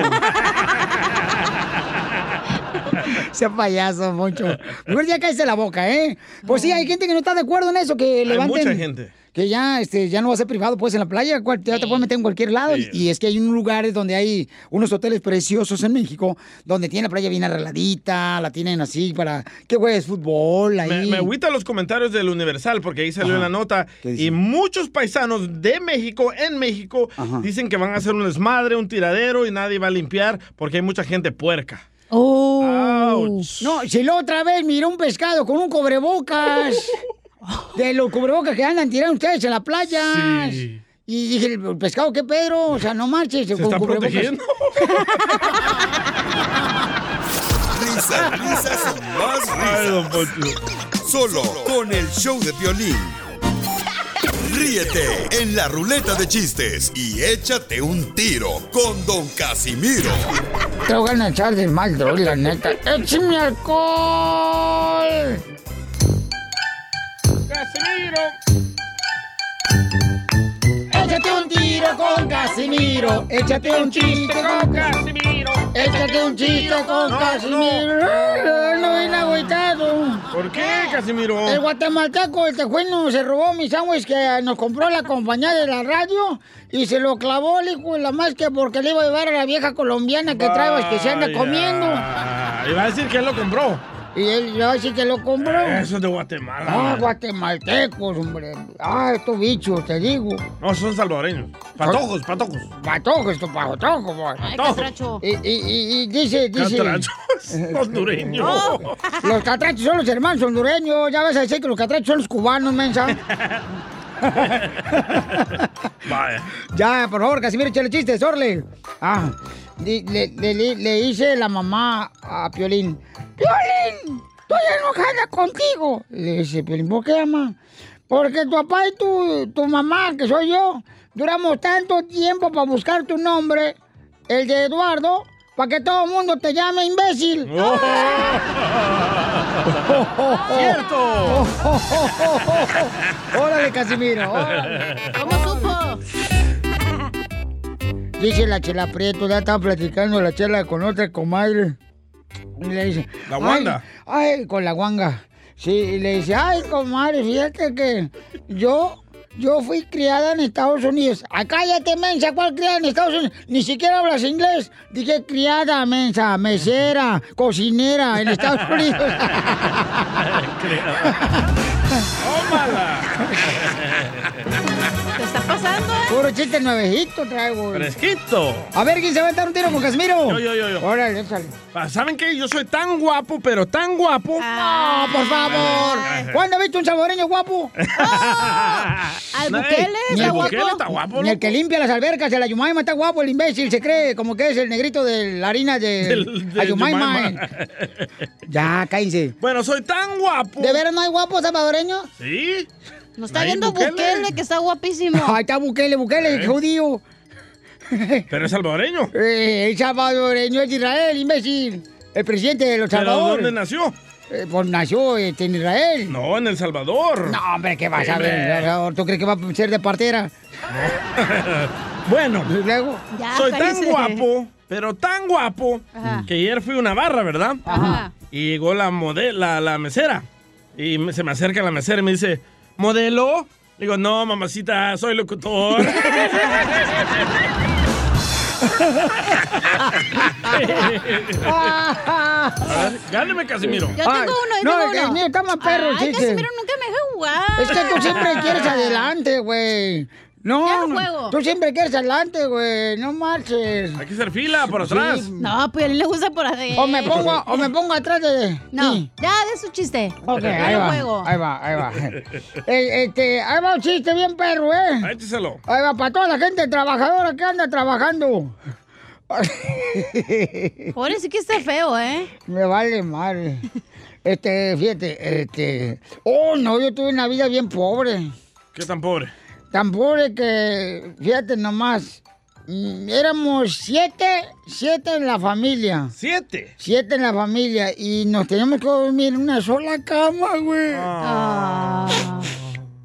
sea payaso, Moncho. Mejor ya cállese la boca, ¿eh? Pues sí, hay gente que no está de acuerdo en eso, que Hay levanten... mucha gente. Que ya, este, ya no va a ser privado, pues, en la playa, cual- ya te puedes meter en cualquier lado. Y- Y es que hay unos lugares donde hay unos hoteles preciosos en México, donde tienen la playa bien arregladita, la tienen así para que juegues fútbol ahí. Me, me agüita los comentarios del Universal porque ahí salió Ajá. la nota y muchos paisanos de México, en México, dicen que van a hacer un desmadre, un tiradero y nadie va a limpiar porque hay mucha gente puerca. No, si la otra vez miró un pescado con un cobrebocas. De los cubrebocas que andan tirando ustedes en la playa. Y dije, el pescado, ¿qué Pedro? O sea, no marches. Se está protegiendo? Risas, risas y más risas. Solo con el show de violín. Ríete en la ruleta de chistes y échate un tiro con Don Casimiro. Te voy a echar de mal, te doy la neta. ¡Échame alcohol! ¡Casimiro! Échate un tiro con Casimiro. Échate un chiste con Casimiro. Échate un chiste con No, Casimiro. no. No ven agüitado. ¿Por qué, Casimiro? El guatemalteco, el tejuino, se robó mis sándwich que eh, nos compró la compañía de la radio y se lo clavó el hijo de la más que porque le iba a llevar a la vieja colombiana que trae pues, que se anda Vaya. comiendo. Y va a decir que él lo compró. Y él le va a decir que lo compró. Eso es de Guatemala. Ah, guatemaltecos, hombre. Ah, estos bichos, te digo. No, son salvadoreños. Patojos, patojos. Patojos, estos patojos, boy. Ay, catracho. Y, y- y- y dice, dice... Catrachos hondureños. Oh. Los catrachos son los hermanos hondureños. Ya vas a decir que los catrachos son los cubanos, mensa. Vaya. Ya, por favor, Casimiro, échale chistes, orle. Ah, di- le, le- le- le hice la mamá a Piolín. ¡Piolín! ¡Estoy enojada contigo! Le dice Piolín, ¿por qué, mamá? Porque tu papá y tu, tu mamá, que soy yo, duramos tanto tiempo para buscar tu nombre, el de Eduardo, para que todo el mundo te llame imbécil. ¡Cierto! ¡Órale, Casimiro! órale. Dice la chela Prieto, ya estaba platicando la chela con otra comadre. Y le dice. La Wanda. Ay, ay, con la guanga. Sí, y le dice, ay, comadre, fíjate que yo. Yo fui criada en Estados Unidos. ¡Ah, cállate, mensa! ¿Cuál criada en Estados Unidos? Ni siquiera hablas inglés. Dije criada, mensa, mesera, cocinera en Estados Unidos. ¡Tómala! ¿Te está pasando? eh? Puro chiste nuevecito traigo. Fresquito. A ver, ¿quién se va a dar un tiro con Casimiro? Yo, yo, yo, yo. Órale, échale. Ah, ¿Saben qué? Yo soy tan guapo, pero tan guapo. ¡No, por favor! Gracias. ¿Cuándo has visto un saboreño guapo? Al No, ey, Bukele ni está el guapo. Bukele está guapo, Ni el que limpia las albercas de la Yumaima está guapo, el imbécil. Se cree como que es el negrito de la harina de, Del- del la Yumaima. Yumaima. Ya, cállense. Bueno, soy tan guapo. ¿De veras no hay guapos salvadoreños? ¿Sí? Nos está Nayib viendo Bukele. Bukele, que está guapísimo. Ahí está Bukele, Bukele, ¿Eh? judío. Pero es salvadoreño. Eh, el salvadoreño es de Israel, imbécil. El presidente de los ¿Pero Salvadores. dónde nació? pues nació este, en Israel. No, en El Salvador. No, hombre, ¿qué vas a Hombre. ver? en El Salvador? ¿Tú crees que va a ser de partera? bueno, luego. soy tan guapo, pero tan guapo, Ajá. que ayer fui a una barra, ¿verdad? Y llegó la, mode- la, la mesera. Y me- se me acerca la mesera y me dice, ¿modelo? Le digo, no, mamacita, soy locutor. Ah. A ver, gáneme, Casimiro. Ah. Yo tengo uno, yo no, tengo el- uno. el mío está más perro, el Ay, chiste. Casimiro nunca me deja jugar. Es que tú siempre quieres adelante, güey. No, no, tú siempre quieres adelante, güey. No marches. Hay que hacer fila por atrás. No, pues a él le gusta por adentro. O me pongo, o me pongo atrás de. No, Sí. ya de su chiste. Ok, Ya ahí no va, juego. ahí va, ahí va. Eh, este, ahí va un chiste bien perro, ¿eh? Écheselo. Ahí va para toda la gente trabajadora que anda trabajando. Pobre, sí que está feo, ¿eh? Me vale madre. Este, fíjate, este. Oh, no, yo tuve una vida bien pobre. ¿Qué tan pobre? Tan pobre que, fíjate nomás, mm, éramos siete, siete en la familia. ¿Siete? Siete en la familia y nos teníamos que dormir en una sola cama, güey. Ah.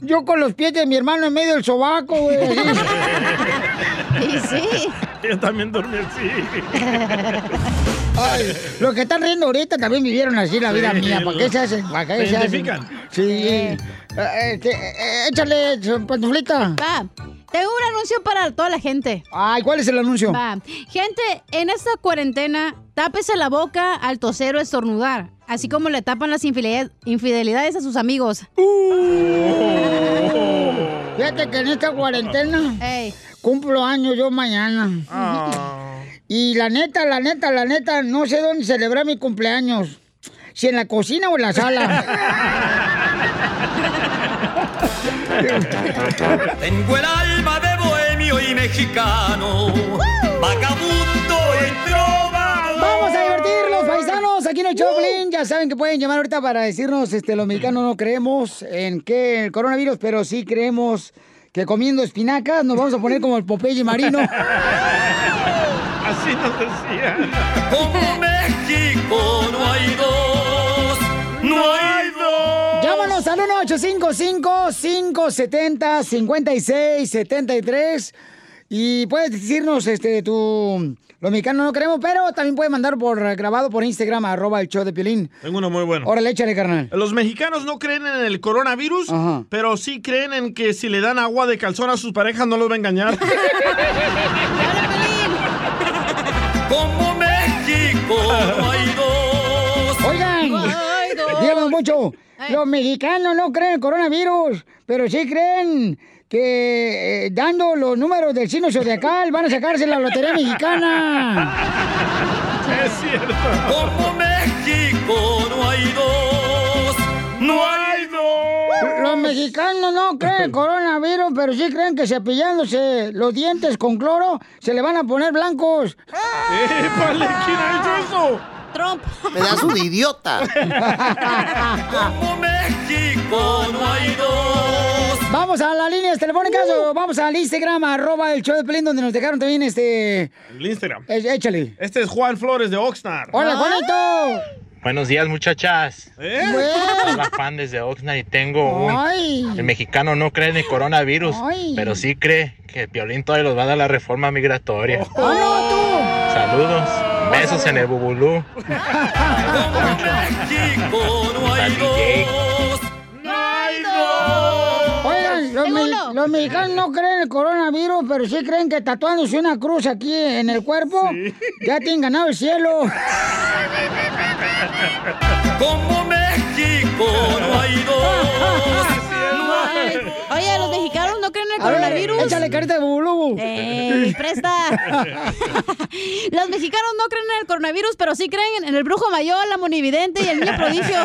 Yo con los pies de mi hermano en medio del sobaco, güey. Y sí. Yo también dormí así. Ay, los que están riendo ahorita también vivieron así la vida Sí, mía. ¿Para qué lo- se hacen? ¿Para qué se se hacen? identifican. Sí. Eh, este, eh, échale, pantuflita. Va. Tengo un anuncio para toda la gente. Ay, ¿cuál es el anuncio? Va. Gente, en esta cuarentena, tápese la boca al toser o estornudar, así como le tapan las infidel- infidelidades a sus amigos. Uh. Fíjate que en esta cuarentena cumplo años yo mañana. Ah. Ah. Y la neta, la neta, la neta, no sé dónde celebrar mi cumpleaños. Si en la cocina o en la sala. Tengo el alma de bohemio y mexicano, vagabundo y trovador. Vamos a divertirnos, paisanos. Aquí en el Choplin, ya saben que pueden llamar ahorita para decirnos, este, los mexicanos no creemos en que el coronavirus, pero sí creemos que comiendo espinacas nos vamos a poner como el Popeye Marino. Así nos decían. Como México no hay dos, no hay dos. Llámanos al 1-855-570-5673 y puedes decirnos, este, tu... Los mexicanos no creemos, pero también puedes mandar por grabado por Instagram, arroba el show de Piolín. Tengo uno muy bueno. Órale, échale, carnal. Los mexicanos no creen en el coronavirus, pero sí creen en que si le dan agua de calzón a sus parejas no los va a engañar. Como México no hay dos. Oigan, díganme mucho. Los mexicanos no creen en coronavirus, pero sí creen que eh, dando los números del signo zodiacal van a sacarse la lotería mexicana. Es cierto. Como México no hay dos, no hay dos. Los mexicanos no creen en coronavirus, pero sí creen que cepillándose los dientes con cloro se le van a poner blancos. ¡Épale! ¿Quién ha hecho eso? Trump. Pedazo de idiota. Como México no hay dos. Vamos a las líneas telefónicas o vamos al Instagram, arroba el show de Pelín, donde nos dejaron también este... El Instagram. eh, Échale. Este es Juan Flores de Oxnard. Hola, Juanito. Buenos días, muchachas. Güey. Soy la fan desde Oxnard y tengo un... ¿Eh? Ay. El mexicano no cree en el coronavirus, Ay. pero sí cree que el Piolín todavía los va a dar la reforma migratoria. Oh. Saludos, besos en el bubulú. México no hay dos. Oigan, los, me- los mexicanos no creen en el coronavirus, pero sí creen que tatuándose una cruz aquí en el cuerpo, ya tienen ganado el cielo. Como México no hay dos. Oye, los mexicanos no creen el A ver, coronavirus. échale carita de bubulubu. ¡Ey, presta! Los mexicanos no creen en el coronavirus, pero sí creen en el brujo mayor, la monividente y el niño prodigio.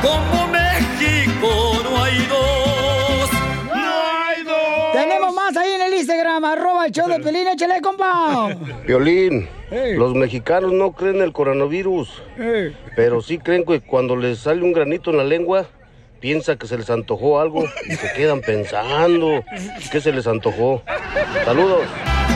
Como México no hay dos. Tenemos más ahí en el Instagram, arroba el show de Pelín, échale, compa. Violín, los mexicanos no creen en el coronavirus, pero sí creen que cuando les sale un granito en la lengua, piensa que se les antojó algo y se quedan pensando que se les antojó. Saludos.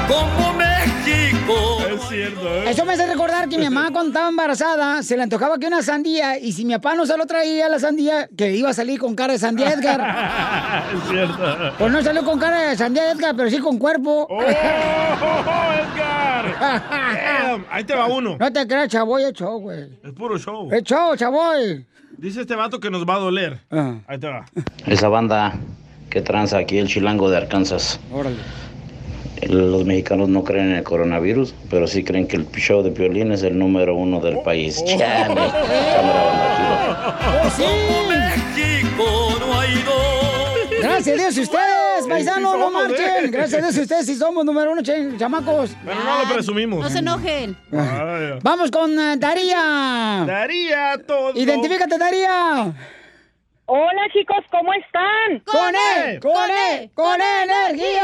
Como México. Es cierto, ¿eh? Eso me hace recordar que mi mamá cuando estaba embarazada se le antojaba que una sandía y si mi papá no se lo traía la sandía, que iba a salir con cara de sandía Edgar. es cierto. Pues no salió con cara de sandía Edgar, pero sí con cuerpo. Oh. Oh, Edgar! Ahí te va uno. No te creas, chavoy, es show, güey. Es puro show. Es show, chavoy. Dice este vato que nos va a doler. Ahí te va. Esa banda que tranza aquí el chilango de Arkansas. Órale. Los mexicanos no creen en el coronavirus, pero sí creen que el show de violín es el número uno del país. Chale, cámara banda, ¡Oh, sí! México no hay dos. Gracias a Dios y ustedes, paisanos, no somos, marchen. eh. Gracias a Dios y ustedes si somos número uno, ch- chamacos. Pero no lo presumimos. No se enojen. Vamos con eh, Daría. Daría todo. Identifícate, Daría. Hola, chicos, ¿cómo están? Con él, con él, con E energía.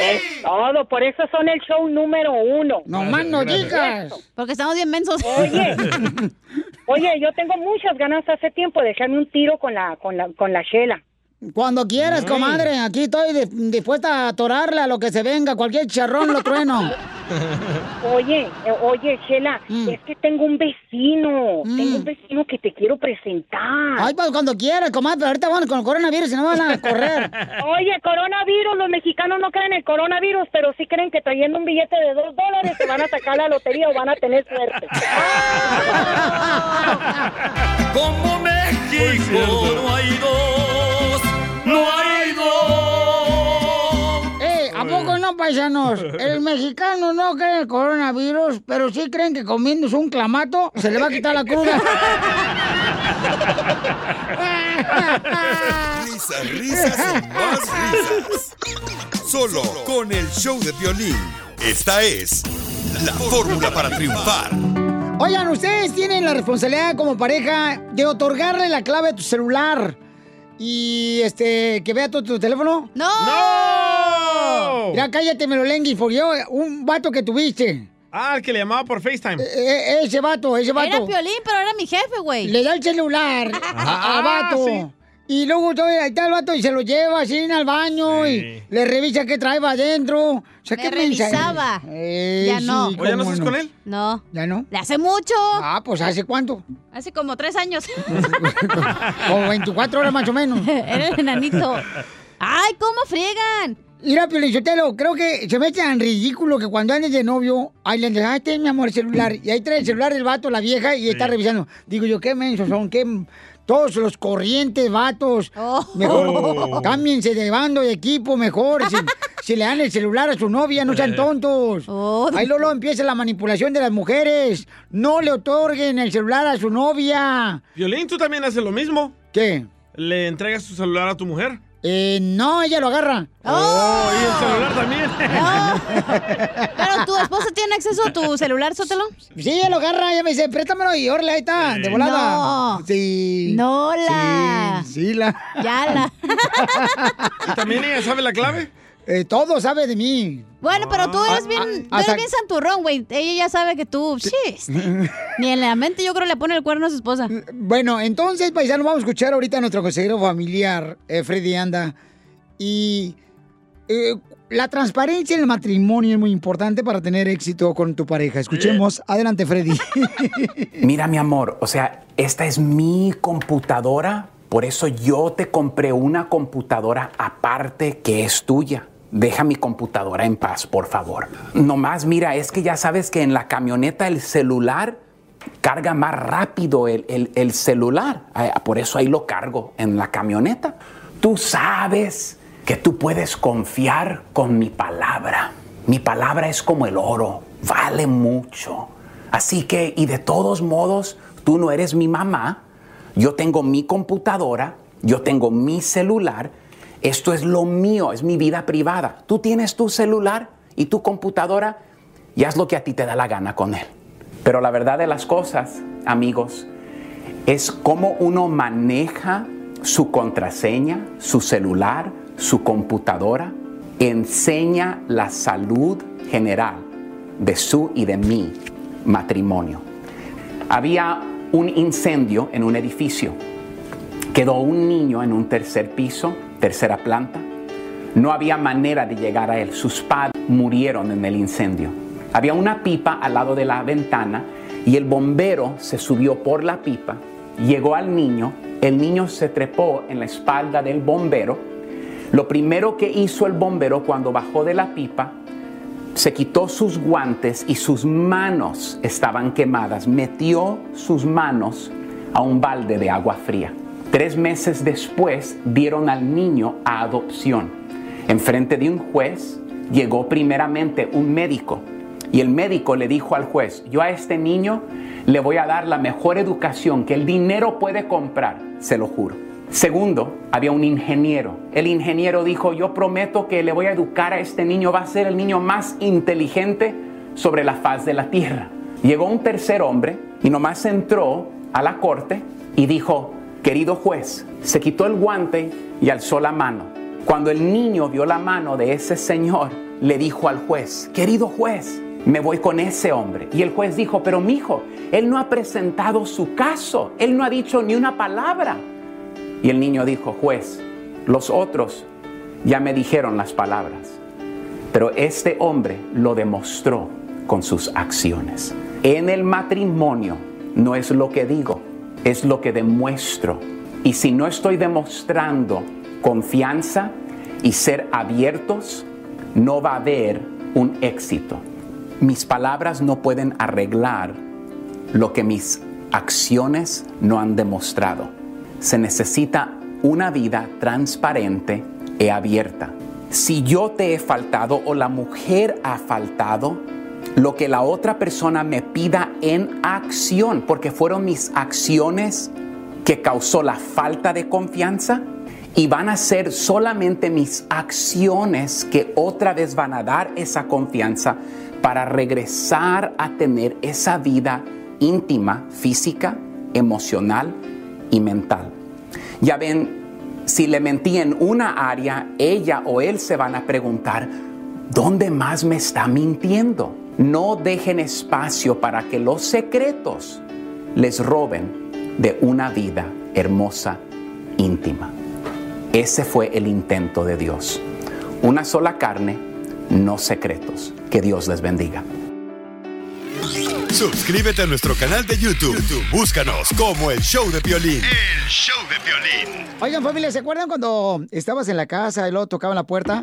Es todo, por eso son el show número uno. No más no digas. Porque estamos bien mensos. Oye, oye, yo tengo muchas ganas hace tiempo de echarme un tiro con la, con la, con la Shela. Cuando quieras, Ay. comadre. Aquí estoy di- dispuesta a atorarle a lo que se venga. Cualquier charrón lo trueno. Oye, eh, oye, Shela, Mm. es que tengo un vecino, tengo un vecino que te quiero presentar. Ay, pues cuando quieras, comadre. Pero ahorita vamos con el coronavirus y no van a correr. Oye, coronavirus, los mexicanos no creen en el coronavirus, pero sí creen que trayendo un billete de dos dólares se van a sacar la lotería o van a tener suerte. Como México no hay dos. No hay dos. Eh, ¿a poco no, paisanos? El mexicano no cree en el coronavirus, pero sí creen que comiéndose un clamato se le va a quitar la cruda. Risas, risas y más risas. Solo con el show de violín. Esta es la fórmula para triunfar. Oigan, ustedes tienen la responsabilidad como pareja de otorgarle la clave de tu celular. Y este, que vea tu, tu teléfono. ¡No! ¡No! Mira, cállate, me lo lengui, porque yo, un vato que tuviste. Ah, el que le llamaba por FaceTime. E- e- ese vato, ese vato. Era Piolín, pero era mi jefe, güey. Le da el celular Ah, al vato. sí. Y luego todavía ahí está el vato y se lo lleva así al baño y le revisa qué trae para adentro. O sea, Me ¿qué mensaje? revisaba. Eh, Ya sí, no. ¿O ya no cómo estás con él? No. ¿Ya no? Le hace mucho. Ah, pues ¿hace cuánto? Hace como tres años. Como 24 horas más o menos. Era el enanito. ¡Ay, cómo friegan! Mira, Piolichotelo, creo que se me hace tan ridículo que cuando andes de novio, ahí le dices, ah, este es mi amor, el celular. Y ahí trae el celular del vato, la vieja, y está revisando. Digo yo, qué mensos son, qué... m- Todos los corrientes, vatos. Mejor Oh. cámbiense de bando, de equipo, mejor. Si, si le dan el celular a su novia, no sean Eh. tontos. Ahí Lolo empieza la manipulación de las mujeres. No le otorguen el celular a su novia. Violín, tú también haces lo mismo. ¿Qué? ¿Le entregas tu celular a tu mujer? Eh, no, ella lo agarra. Oh, y el celular también. Pero tu esposa tiene acceso a tu celular, Sótelo. Sí, ella lo agarra, ella me dice, préstamelo y órale, ahí está, de volada. No. Sí. No la. Sí, sí, la. Ya la. ¿Y también ella sabe la clave? Eh, todo sabe de mí. Bueno, pero tú eres bien, tú Ah, hasta- eres bien santurrón, güey. Ella ya sabe que tú. Sí. Ni en la mente yo creo le pone el cuerno a su esposa. Bueno, entonces, paisano, vamos a escuchar ahorita a nuestro consejero familiar, eh, Freddy Anda. Y eh, la transparencia en el matrimonio es muy importante para tener éxito con tu pareja. Escuchemos. Adelante, Freddy. Mira, mi amor, o sea, esta es mi computadora, por eso yo te compré una computadora aparte que es tuya. Deja mi computadora en paz, por favor. Nomás, mira, es que ya sabes que en la camioneta el celular carga más rápido el, el- el celular. Ah, Por eso ahí lo cargo en la camioneta. Tú sabes que tú puedes confiar con mi palabra. Mi palabra es como el oro, vale mucho. Así que, y de todos modos, tú no eres mi mamá, yo tengo mi computadora, Yo tengo mi celular, esto es lo mío, es mi vida privada. Tú tienes tu celular y tu computadora y haz lo que a ti te da la gana con él. Pero la verdad de las cosas, amigos, es cómo uno maneja su contraseña, su celular, su computadora, enseña la salud general de su y de mi matrimonio. Había un incendio en un edificio. Quedó un niño en un tercer piso, tercera planta. No había manera de llegar a él. Sus padres murieron en el incendio. Había una pipa al lado de la ventana y el bombero se subió por la pipa, llegó al niño, el niño se trepó en la espalda del bombero. Lo primero que hizo el bombero cuando bajó de la pipa se quitó sus guantes y sus manos estaban quemadas. Metió sus manos a un balde de agua fría. Tres meses después dieron al niño a adopción. Enfrente de un juez llegó primeramente un médico y el médico le dijo al juez, yo a este niño le voy a dar la mejor educación que el dinero puede comprar, se lo juro. Segundo, había un ingeniero. El ingeniero dijo, yo prometo que le voy a educar a este niño, va a ser el niño más inteligente sobre la faz de la tierra. Llegó un tercer hombre y nomás entró a la corte y dijo, querido juez, se quitó el guante y alzó la mano. Cuando el niño vio la mano de ese señor, le dijo al juez, querido juez, me voy con ese hombre. Y el juez dijo, pero mi hijo, él no ha presentado su caso, él no ha dicho ni una palabra. Y el niño dijo, juez, los otros ya me dijeron las palabras, pero este hombre lo demostró con sus acciones. En el matrimonio no es lo que digo, es lo que demuestro. Y si no estoy demostrando confianza y ser abiertos, no va a haber un éxito. Mis palabras no pueden arreglar lo que mis acciones no han demostrado se necesita una vida transparente y abierta. Si yo te he faltado o la mujer ha faltado, lo que la otra persona me pida en acción, porque fueron mis acciones que causó la falta de confianza, y van a ser solamente mis acciones que otra vez van a dar esa confianza para regresar a tener esa vida íntima, física, emocional, y mental. Ya ven, si le mentí en una área, ella o él se van a preguntar, ¿dónde más me está mintiendo? No dejen espacio para que los secretos les roben de una vida hermosa, íntima. Ese fue el intento de Dios. Una sola carne, no secretos. Que Dios les bendiga. Suscríbete a nuestro canal de YouTube. YouTube, Búscanos como el show de violín. El show de violín. Oigan, familia, ¿se acuerdan cuando estabas en la casa y luego tocaban la puerta?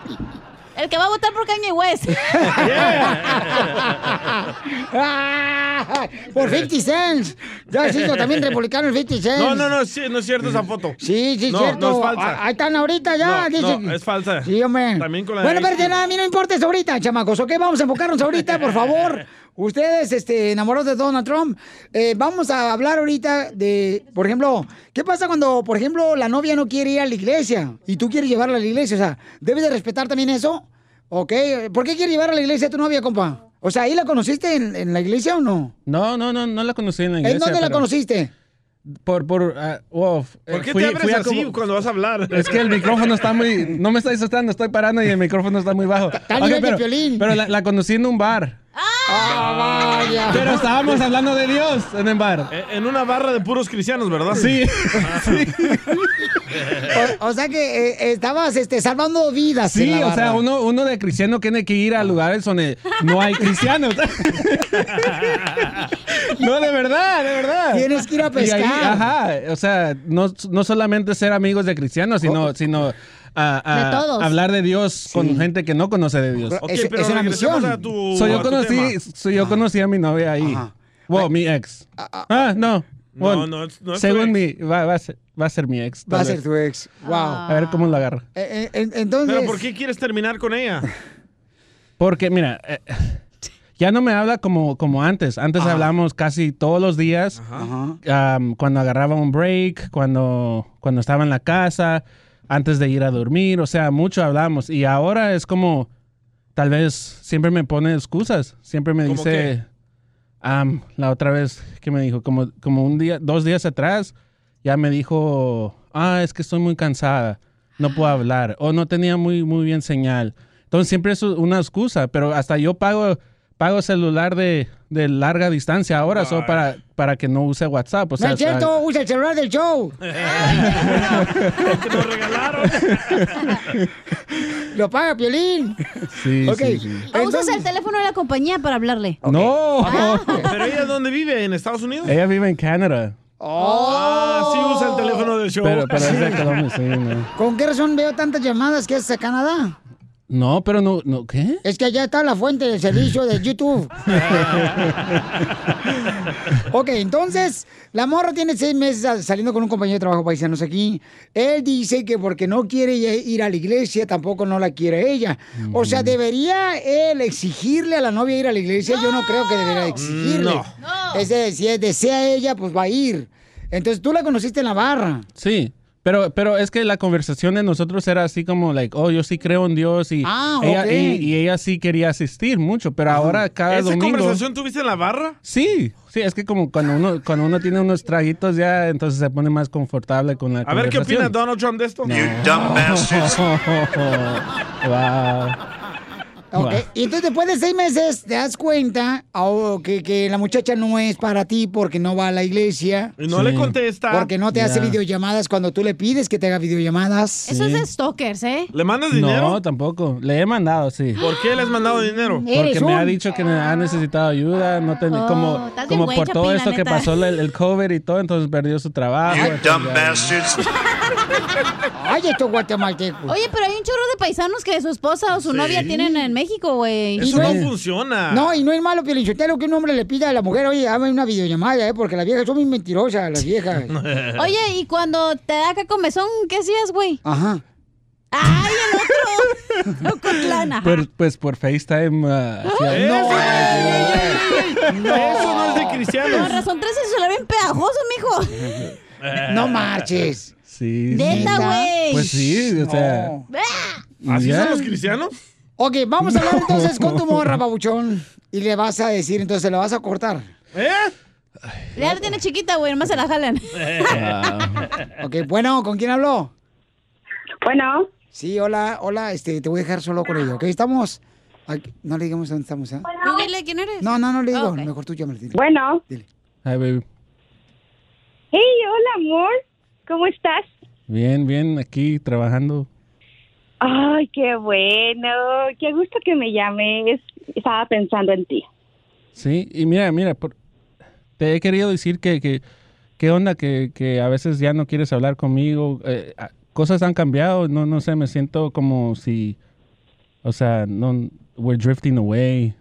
El que va a votar por Kanye West. Ah, Por 50 cents. Ya siento también republicano el 50 cents. No, no, no, sí, no es cierto esa foto. Sí, sí, no, cierto. No, es falsa. Ah, Ahí están ahorita ya. No, dice- no, es falsa. Sí, hombre. También con la Bueno, de- pero de nada, a mí no importa eso ahorita, chamacos. Ok, vamos a enfocarnos ahorita, por favor. Ustedes, este, enamorados de Donald Trump, eh, vamos a hablar ahorita de, por ejemplo, ¿qué pasa cuando, por ejemplo, la novia no quiere ir a la iglesia y tú quieres llevarla a la iglesia? O sea, ¿debes de respetar también eso? ¿Ok? ¿Por qué quieres llevar a la iglesia a tu novia, compa? O sea, ¿ahí la conociste en, en la iglesia o no? No, no, no, no la conocí en la iglesia. ¿En dónde la pero conociste? Por, por, ah, wow, eh, ¿Por qué fui- te abres fui a así como- cuando vas a hablar? Es que el micrófono está muy, no me está asustando, estoy parando y el micrófono está muy bajo. al Ok, nivel de pero, Piolín. pero la, la conocí en un bar. vaya. Pero estábamos hablando de Dios en el bar. Eh, En una barra de puros cristianos, ¿verdad? Sí. O, o sea que eh, estabas este, salvando vidas. en Sí, la o sea, barra. uno, uno de cristiano tiene que ir a lugares donde no hay cristianos. no, de verdad, de verdad. Tienes que ir a Y pescar. ahí, ajá, o sea, no, no solamente ser amigos de cristianos, sino, sino ah, ah, De todos. hablar de Dios con gente que no conoce de Dios. Ok, pero regresemos a tu- So, a yo tu tema. conocí, so, yo conocí a mi novia ahí. Wow, mi ex. Ah, no. No, Bueno, no es- no es tu según mi, va, va a ser, va a ser mi ex. Va a tal ser vez. tu ex. Wow. A ver cómo lo agarra. Eh, eh, en- entonces. ¿Pero por qué quieres terminar con ella? Porque, mira, eh, ya no me habla como, como antes. Antes hablábamos casi todos los días. Am, cuando agarraba un break, cuando, cuando estaba en la casa, antes de ir a dormir. O sea, mucho hablábamos. Y ahora es como, tal vez siempre me pone excusas. Siempre me ¿Cómo dice, am, la otra vez que me dijo, como, como un día, dos días atrás, ya me dijo, ah, es que estoy muy cansada, no puedo hablar, o no tenía muy, muy bien señal. Entonces siempre es una excusa, pero hasta yo pago, pago celular de, de larga distancia ahora, solo para, para que no use WhatsApp. O sea, no es cierto, usa el celular del show. Lo paga Piolín. Sí, Ok. sí, O Ah, usas el teléfono de la compañía para hablarle. No. ¿Pero ella dónde vive? ¿En Estados Unidos? Ella vive en Canadá. Ah, sí usa el teléfono del show. Pero, pero es de Colombia, sí, no. ¿Con qué razón veo tantas llamadas que haces a Canadá? No, pero no, no ¿qué? Es que allá está la fuente del servicio de YouTube. Ok, entonces, la morra tiene seis meses a- saliendo con un compañero de trabajo paisanos aquí. Él dice que porque no quiere ya ir a la iglesia, tampoco no la quiere ella. O sea, ¿debería él exigirle a la novia ir a la iglesia? Yo no creo que debería exigirle. No. Es de- si desea ella, pues va a ir. Entonces, tú la conociste en la barra. Sí, pero, pero es que la conversación de nosotros era así como, like, oh, yo sí creo en Dios y, Ah, ella, ok. y, y ella sí quería asistir mucho, pero ahora cada ¿Esa domingo... conversación tuviste en la barra? Sí, sí, es que como cuando uno, cuando uno tiene unos traguitos ya, entonces se pone más confortable con la A ver qué opina conversación. Donald Trump de esto. wow. Ok, Y entonces después de seis meses te das cuenta oh, que, que la muchacha no es para ti porque no va a la iglesia. Y no le Sí. contesta. Porque no te hace Ya. videollamadas cuando tú le pides que te haga videollamadas. Eso es de stalkers, ¿eh? ¿Le mandas No, dinero? tampoco. Le he mandado, sí. ¿Por qué le has mandado dinero? Porque me ha dicho que ha necesitado ayuda, no ten- Oh, como, estás bien como güey, por todo Chapín, la esto que neta. pasó el, el COVID y todo, entonces perdió su trabajo. entonces ya- bastards. Ay, estos guatemaltecos. Oye, pero hay un chorro de paisanos que su esposa o su Sí. novia tienen en México, güey. Y es- No, y no es malo, Pielichotelo, que un hombre le pida a la mujer, oye, hazme una videollamada, ¿eh? Porque las viejas son bien mentirosas, las viejas. Oye, y cuando te da acá comezón, ¿qué hacías, güey? Ajá. Ocotlana. Por- pues por FaceTime. ah, hacía- ¡Eso, No, No. Eso no es de cristianos. Con razón, tres se la ven pegajoso, mijo. No marches. Sí. Neta, sí. güey. Pues sí, o sea. ¿Así ya. son los cristianos? Ok, vamos a hablar entonces con tu morra, babuchón. Y le vas a decir, entonces le vas a cortar. ¿Eh? La tiene chiquita, güey, nomás se la jalan. ok, bueno, ¿con quién habló? Bueno. Sí, hola, hola, este, te voy a dejar solo con ella, ¿ok? Estamos. aquí- no le digamos dónde estamos, ¿ah? Tú dile quién eres. No, no, no le digo. Ok. Mejor tú llámale. dile. Bueno. Dile. Hey, hola, amor. ¿Cómo estás? Bien, bien, aquí trabajando. Ay, qué bueno. Qué gusto que me llames. Estaba pensando en ti. Sí, y mira, mira, por- te he querido decir que, que qué onda que, que a veces ya no quieres hablar conmigo. eh, ah, cosas han cambiado, no, no sé, me siento como si, o sea, no, we're drifting away.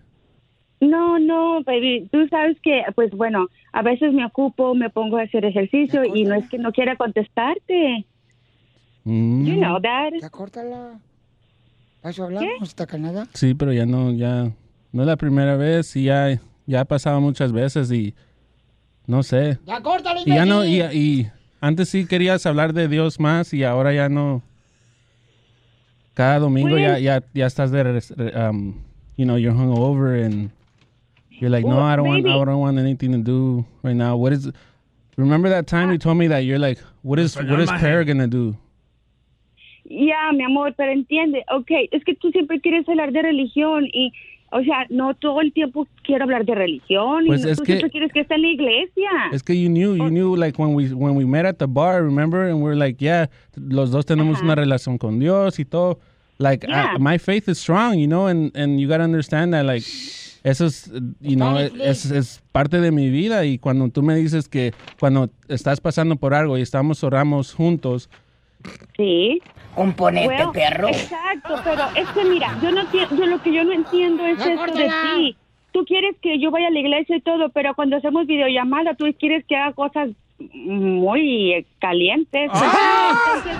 No, no, baby. Tú sabes que, pues bueno, a veces me ocupo, me pongo a hacer ejercicio y no es que no quiera contestarte. You Mm. know that. Ya córtala. ¿A eso hablamos? ¿Está Canadá? Sí, pero ya no, ya no es la primera vez y ya, ya ha pasado muchas veces y no sé. Ya córtala, Y ya no, y, y antes sí querías hablar de Dios más y ahora ya no. Cada domingo ya, Bueno. ya, ya estás de, res- re- um, you know, you're hungover and you're like, no, Well, I don't want, I maybe- don't want anything to do right now. What is, remember that Ah. time you told me that you're like, what is, what is prayer gonna do? Ya, mi amor, pero entiende, ok, es que tú siempre quieres hablar de religión y, o sea, no todo el tiempo quiero hablar de religión Pues y no, es tú que- siempre quieres que esté en la iglesia. Es que you knew, you knew like when we when we met at the bar, remember? And we're like, yeah, los dos tenemos una relación con Dios y todo. Like I- Yeah. my faith is strong, you know, and and you gotta understand that like eso es, eh, you know, Dale, please. es, es parte de mi vida y cuando tú me dices que cuando estás pasando por algo y estamos oramos juntos. Sí. Componente Bueno, Exacto, pero es que mira, yo no tie- yo lo que yo no entiendo es Ya, eso de córtala. ti. Tú quieres que yo vaya a la iglesia y todo, pero cuando hacemos videollamada tú quieres que haga cosas muy eh, calientes. Ah. Entonces,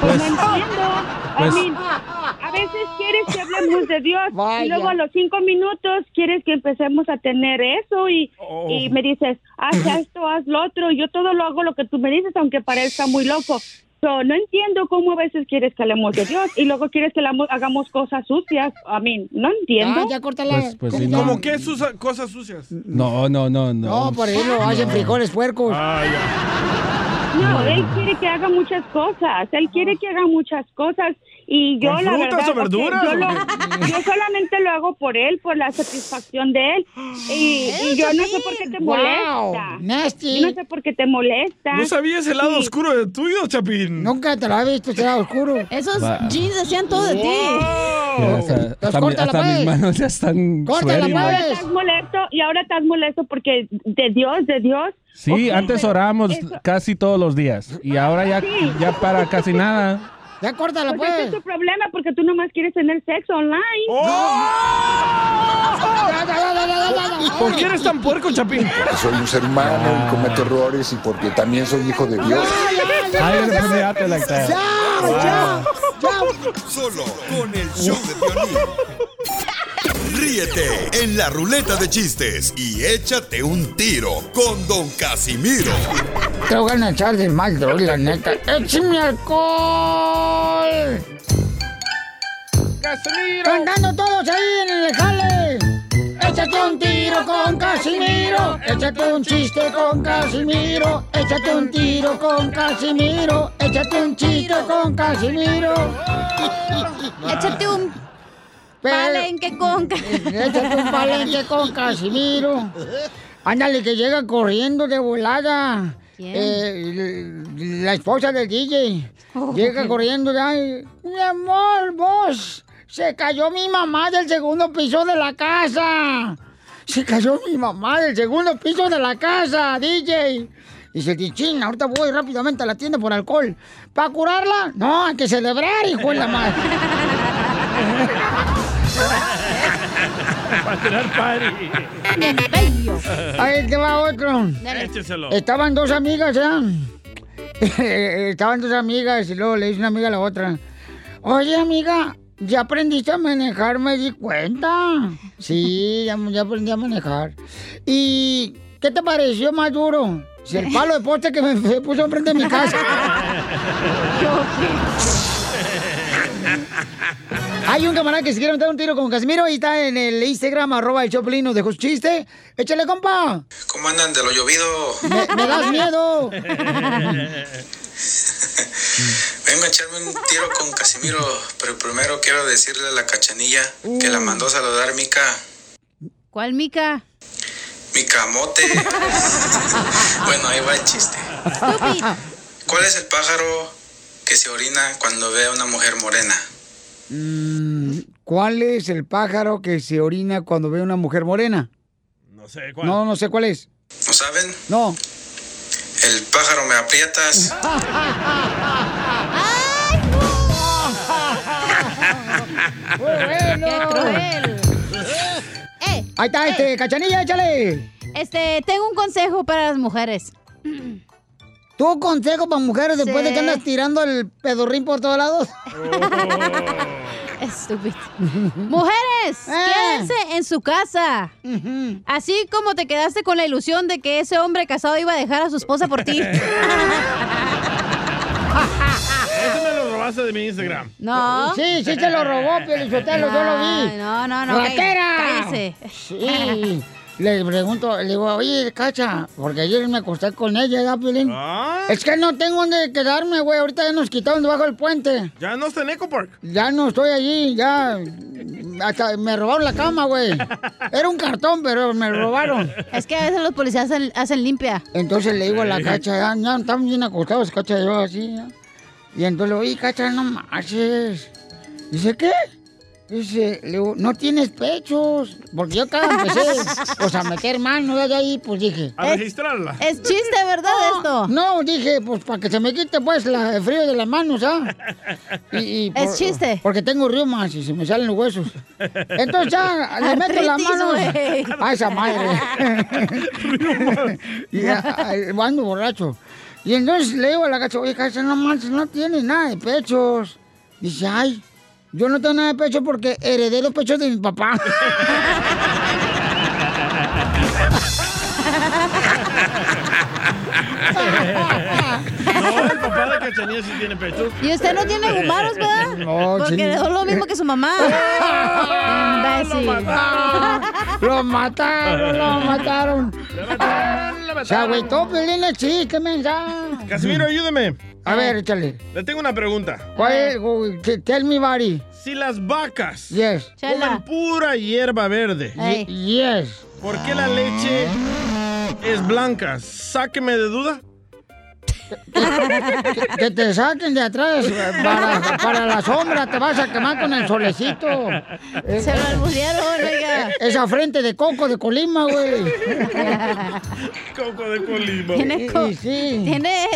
pues, no entiendo. Ah. pues- I mean, a veces quieres que hablemos de Dios y Vaya. luego a los cinco minutos quieres que empecemos a tener eso y, Oh. y me dices, haz esto, haz lo otro. Yo todo lo hago lo que tú me dices, aunque parezca muy loco. So, no entiendo cómo a veces quieres que hablemos de Dios y luego quieres que hablamos- hagamos cosas sucias. A mí, no entiendo. Ah, ya córtala. Mm. Pues- pues ¿Cómo, sí, no. cómo qué sucia- cosas sucias? No, no, no, no. No, por ejemplo, hacen frijoles puercos. No, él quiere que haga muchas cosas. Él quiere que haga muchas cosas. Y yo, ¿Con la frutas verdad, o verduras ok, yo, o lo- qué? yo solamente lo hago por él, por la satisfacción de él. Y, y yo no sé por qué te Wow, molesta. nasty. Yo no sé por qué te molesta. ¿No sabías el lado oscuro de tuyo, Chapín? Nunca te lo había visto, será oscuro. Esos Va. jeans decían todo de ti. Mira, hasta, hasta mi- córtala, hasta mis pues. manos ya están sweaty, Ahora like. estás molesto y ahora estás molesto porque de Dios, de Dios. Sí, Ok, antes pero oramos eso- casi todos los días y ahora ya, ya para casi nada. Ya córtala, Pues ese es tu problema porque tú nomás quieres tener sexo online. ¡Oh! ¿Por qué eres tan puerco, Chapín? Porque soy un ser humano y cometo errores y porque también soy hijo de Dios. ya, Solo con el show de Piolín. Ríete en la ruleta de chistes y échate un tiro con Don Casimiro. Tengo ganas de echar de mal, droga, la neta. ¡Échame alcohol! ¡Casimiro! ¡Cantando todos ahí en el jale! Échate un tiro con Casimiro, échate un chiste con Casimiro, échate un tiro con Casimiro, échate un chiste con Casimiro. Échate un palenque con Casimiro. Échate Este un palenque Eh, con Casimiro. Ándale, que llega corriendo de volada. ¿Quién? Eh, l- la esposa del DJ. Llega corriendo ya. y, Mi amor, vos. Se cayó mi mamá del segundo piso de la casa. Se cayó mi mamá del segundo piso de la casa, DJ. Dice, ching, ahorita voy rápidamente a la tienda por alcohol. ¿Para curarla? No, hay que celebrar, hijo de la madre. Para tener party. Ahí te va otro. Écheselo. Estaban dos amigas, ¿eh? Estaban dos amigas y luego le dice una amiga a la otra. Oye, amiga, ¿ya aprendiste a manejar? Me di cuenta. Sí, ya, ya aprendí a manejar. ¿Y qué te pareció más duro? Si el palo de poste que me se puso enfrente de mi casa. Hay un camarada que se quiere meter un tiro con Casimiro y está en el Instagram, arroba el Choplin, nos dejó su chiste. Échale, compa. ¿Cómo andan de lo llovido? Me, me das miedo. Vengo a echarme un tiro con Casimiro, pero primero quiero decirle a la cachanilla que la mandó saludar Mica, ¿Cuál, Mica? mi camote. bueno, ahí va el chiste. ¿Cuál es el pájaro que se orina cuando ve a una mujer morena? Mm, ¿Cuál es el pájaro que se orina cuando ve una mujer morena? No sé cuál. No, no sé cuál es. ¿No saben? No. El pájaro me aprietas. ¡Qué cruel! ¡Eh! Ahí está, este, cachanilla, échale. Este, tengo un consejo para las mujeres. ¿Tú consejo para mujeres después de que andas tirando el pedorrín por todos lados? Estúpido. Mujeres, Eh. quédense en su casa. Así como te quedaste con la ilusión de que ese hombre casado iba a dejar a su esposa por ti. Ese me lo robaste de mi Instagram. Ah. No. Sí, sí te lo robó, Pelizotelo, yo lo vi. Ay, No, no, no. ¡Ratera! cállese. Sí. Le pregunto, le digo, oye, Cacha, porque ayer me acosté con ella, ¿verdad, Piolín? Ah. Es que no tengo dónde quedarme, güey. Ahorita ya nos quitaron debajo del puente. Ya no está en Eco Park. Ya no estoy allí, ya. Hasta me robaron la cama, güey. Era un cartón, pero me robaron. Es que a veces los policías hacen, hacen limpia. Entonces le digo a la cacha, ya, ya estamos bien acostados, cacha, yo así. ya. Y entonces le digo, oye, cacha, no marches. Dice, ¿qué? Dice, le digo, no tienes pechos. Porque yo acá empecé, pues, a meter mano de ahí, pues dije. Eh. A registrarla. Es chiste, ¿verdad, esto? No, dije, pues para que se me quite, pues, la- el frío de las manos, ¿ah? Y- y Es por- chiste. Porque tengo riomas y se me salen los huesos. Entonces ya Ah, le meto la Artritis, mano güey. a esa madre. y a- a- ando borracho. Y entonces le digo a la cacha, oye, cacha, no manches, no tienes nada de pechos. Dice, ay, yo no tengo nada de pecho porque heredé los pechos de mi papá. No, el papá de Cachanilla sí tiene pecho. Eh. Y usted no tiene gumaros, ¿verdad? No, Porque sí. le dio lo mismo que su mamá. Ah, Imbécil. lo mataron, lo mataron. Se agüitó, Pelín, el chiste, mensaje. Eh, Casimiro, ayúdeme. Ah. A ver, échale. Le tengo una pregunta. ¿Cuál es? T- Tell me, buddy. Si las vacas Yes. comen pura hierba verde, Ye- Yes. ¿por qué la leche es blanca? Sáqueme de duda. Que, que te saquen de atrás eh, para, para la sombra, te vas a quemar con el solecito. Eh, Se lo alburearon, oiga. Esa frente de coco de Colima, güey. Coco de Colima. Tiene co- Y- y sí. Tiene.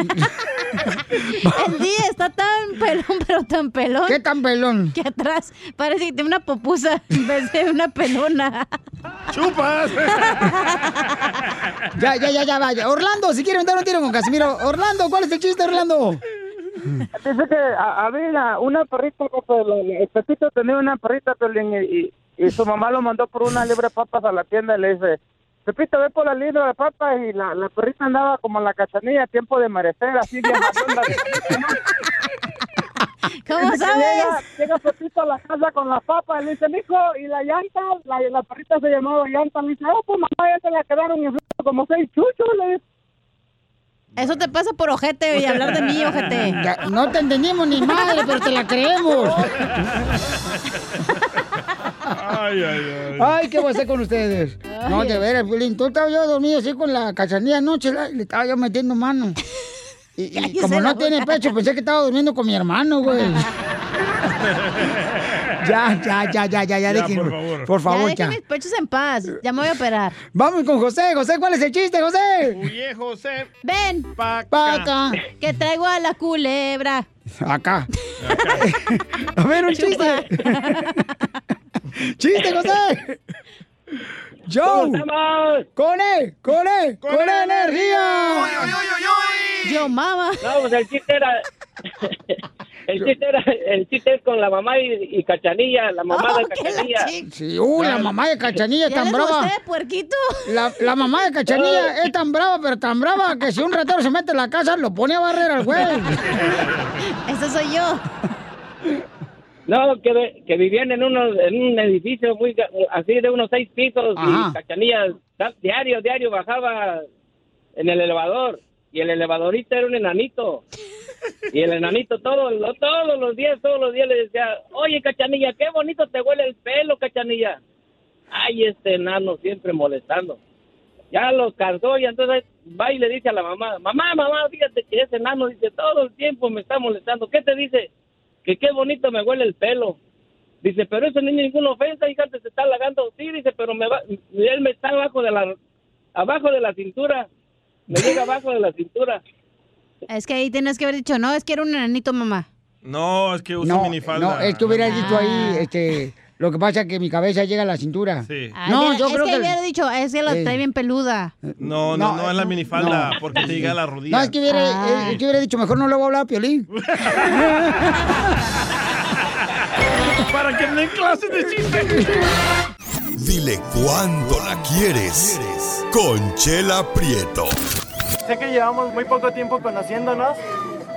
El día está tan pelón, pero tan pelón. ¿Qué tan pelón? Que atrás parece que tiene una popusa en vez de una pelona. ¡Chupas! Ya, ya, ya, ya, vaya. Orlando, si quieren dar un tiro con Casimiro. Orlando, ¿cuál es el chiste, Orlando? Dice que a- había una, una perrita, compa, el- el Pepito tenía una perrita Piolín, y, y, y su mamá lo mandó por una libra de papas a la tienda y le dice, Pepito, ve por la libra de papas y la, la perrita andaba como en la cachanilla, tiempo de merecer, así bien matona. ¿Cómo Dice que sabes? Llega, llega Pepito a la casa con las papas y le dice, mijo, y la llanta, la, la perrita se llamaba llanta, le dice, oh, pues mamá, ya te la quedaron infladas como seis chuchos, le dice. Eso te pasa por ojete y hablar de mí, ojete. Ya, no te entendimos ni madre, pero te la creemos. Ay, ay, ay. Ay, ¿qué voy a hacer con ustedes? No, de veras, Piolín. Tú estaba yo dormido así con la cachanilla anoche, la- le estaba yo metiendo mano. Y, y yo como sé la no tiene boca. pecho, pensé que estaba durmiendo con mi hermano, güey. Ya, ya, ya, ya, ya, ya, Ya, déjenme. por favor. Por favor, ya. ya. Dejen mis pechos en paz. Ya me voy a operar. Vamos con José. José, ¿cuál es el chiste, José? Oye, José. Ven. Paca. Paca. Que traigo a la culebra. Acá. A ver, un chiste. ¡Chiste, José! ¡Yo! ¡Con él! ¡Con él! ¡Con, energía! Yo, mamá. No, pues el chiste era. El chiste era el chiste es con la mamá y, y cachanilla, la Ah, mamá de cachanilla. Sí, uh, la mamá de Cachanilla es Ya tan les brava. Eh, gusté, puerquito? La, la mamá de Cachanilla Ay. es tan brava, pero tan brava que si un ratero se mete en la casa, lo pone a barrer al güey. Ese soy yo. No, que, ve- que vivían en, unos, en un edificio muy ga- así de unos seis pisos Ajá. y Cachanilla da- diario, diario bajaba en el elevador y el elevadorista era un enanito. Y el enanito todo, lo- todos los días, todos los días le decía, oye Cachanilla, qué bonito te huele el pelo, Cachanilla. Ay, este enano siempre molestando. Ya lo cargó y entonces va y le dice a la mamá, mamá, mamá, fíjate que ese enano dice, todo el tiempo me está molestando. ¿Qué te dice? que qué bonito me huele el pelo. Dice, pero eso no es ninguna ofensa, hija, te se está halagando. Sí, dice, pero me va, él me está abajo de la, abajo de la cintura. Me llega abajo de la cintura. Es que ahí tenías que haber dicho, no, es que era un enanito, mamá. No, es que usa No, minifalda. Ah. no, es que hubiera dicho ahí, este, lo que pasa es que mi cabeza llega a la cintura. Sí. Ah, No, hubiera- yo es creo que, que- hubiera dicho, es que la Eh. trae bien peluda. No, no, no, No, es la no, minifalda no. porque te llega a la rodilla. No, es que hubiera, eh, es que hubiera dicho, mejor no le voy a hablar a Piolín. Para que me den clases de chiste. Dile cuándo la quieres. Conchela Prieto. Sé que llevamos muy poco tiempo conociéndonos.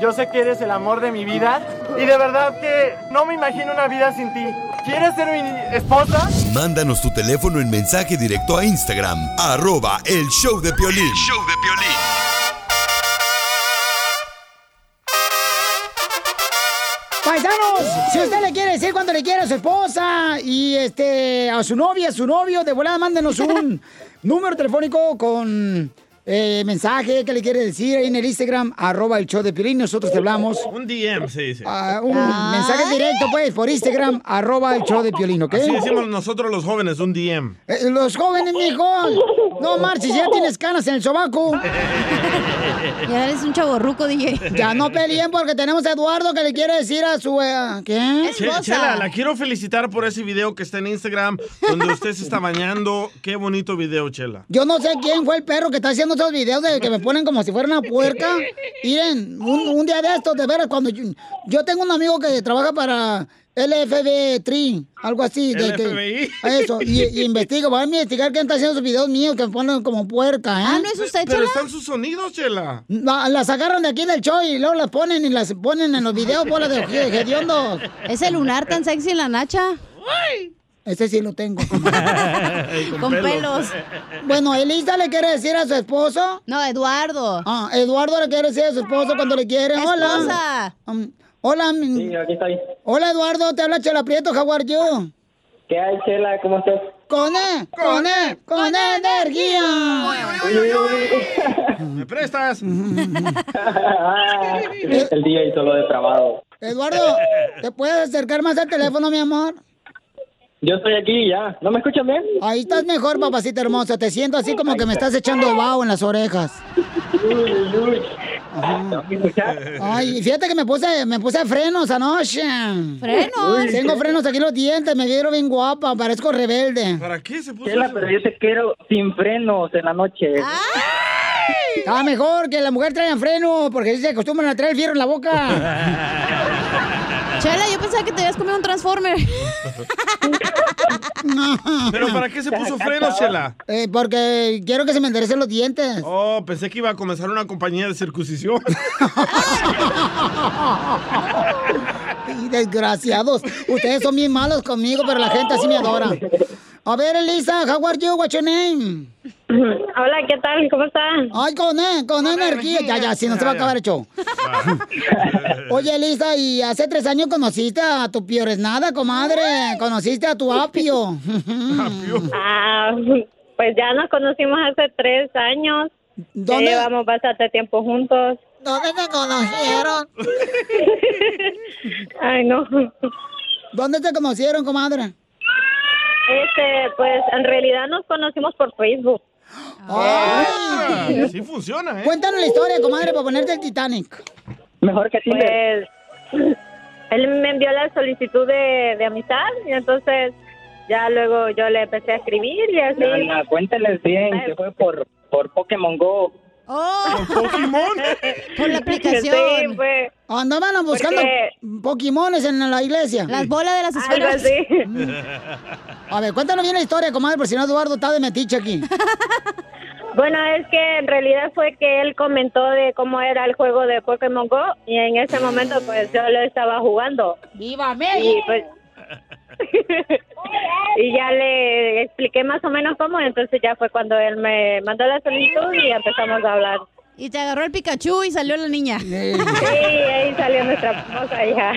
Yo sé que eres el amor de mi vida. Y de verdad que no me imagino una vida sin ti. ¿Quieres ser mi esposa? Mándanos tu teléfono en mensaje directo a Instagram, arroba el show de Piolín. Paisanos, si usted le quiere decir cuánto le quiere a su esposa y este a su novia, a su novio, de volada mándenos un número telefónico con eh, mensaje que le quiere decir ahí en el Instagram, arroba el show de Piolín, nosotros te hablamos. Un DM se dice. Ah, un mensaje directo, pues, por Instagram, arroba el show de Piolín, ¿ok? Así decimos nosotros los jóvenes, un DM. Eh, los jóvenes, mijo, no marches, ya tienes canas en el sobaco. Ya eres un chaborruco, dije. Ya no peleen porque tenemos a Eduardo que le quiere decir a su... eh, ¿Qué? Che- Chela, la quiero felicitar por ese video que está en Instagram donde usted se está bañando. Qué bonito video, Chela. Yo no sé quién fue el perro que está haciendo esos videos de que me ponen como si fuera una puerca. Miren, un, un día de estos, de veras, cuando yo, yo tengo un amigo que trabaja para LFB Tri, algo así. De que, eso, y, y investiga, va a investigar quién está haciendo esos videos míos que me ponen como puerca, ¿eh? Ah, no es usted, Pero están sus sonidos, Chela. las agarran de aquí del show y luego las ponen y las ponen en los videos, bola de de hediondos. Ese lunar tan sexy en la nacha. Ese sí lo tengo. Con, Con pelos. Bueno, Elisa le quiere decir a su esposo. No, Eduardo. Ah, Eduardo le quiere decir a su esposo cuando le quiere. Hola. Esposa. Um, hola. mi- Sí, aquí estoy. Hola, Eduardo. Te habla Chela Prieto, Jaguar yo. ¿Qué hay, Chela? ¿Cómo estás? Con E, con E, con E energía. ¿Me prestas? El día y solo de trabajo. Eduardo, ¿te puedes acercar más al teléfono, mi amor? Yo estoy aquí ya. ¿No me escuchan bien? Ahí estás mejor, papacita hermosa. Te siento así como que me estás echando vaho en las orejas. ¿No me escuchas? Ay, fíjate que me puse, me puse frenos anoche. ¿Frenos? Tengo frenos aquí en los dientes, me vieron bien guapa, parezco rebelde. ¿Para qué se puso Chela, eso? pero yo te quiero sin frenos en la noche. Está mejor que la mujer traiga freno, porque se acostumbran a traer el fierro en la boca. Chela, yo pensaba que te habías comido un Transformer. ¿Pero para qué se puso frenos, Chela? Eh, porque quiero que se me enderecen los dientes. Oh, pensé que iba a comenzar una compañía de circuncisión. Y Desgraciados. Ustedes son bien malos conmigo, pero la gente así me adora. A ver, Elisa, how are you? What's your name? Hola, ¿qué tal? ¿Cómo están? Ay, con él, con, E energía. Ya, ya, si no se va a acabar el show. Oye, Elisa, y hace tres años conociste a tu pioresnada, comadre. Conociste a tu apio. Ah, pues ya nos conocimos hace tres años. ¿Dónde? Ya llevamos bastante tiempo juntos. ¿Dónde te conocieron? Ay, no. ¿Dónde te conocieron, comadre? Este, pues en realidad nos conocimos por Facebook. Sí funciona, ¿eh? Cuéntanos la historia, comadre, para ponerte el Titanic. Mejor que Tinder. Pues, él me envió la solicitud de, de amistad y entonces ya luego yo le empecé a escribir y así. Ana, cuéntales bien, que fue por, por Pokémon Go. Oh. Pokémon? Por la aplicación. Sí, fue. Andaban buscando Pokémones en la iglesia. Las bolas de las Algo esferas. así. A ver, cuéntanos bien la historia, comadre, por si no Eduardo está de metiche aquí. Bueno, es que en realidad fue que él comentó de cómo era el juego de Pokémon Go y en ese momento pues yo lo estaba jugando. ¡Viva Y pues y ya le expliqué más o menos cómo, entonces ya fue cuando él me mandó la solicitud y empezamos a hablar. Y te agarró el Pikachu y salió la niña. Eh. Sí, ahí salió nuestra hermosa hija.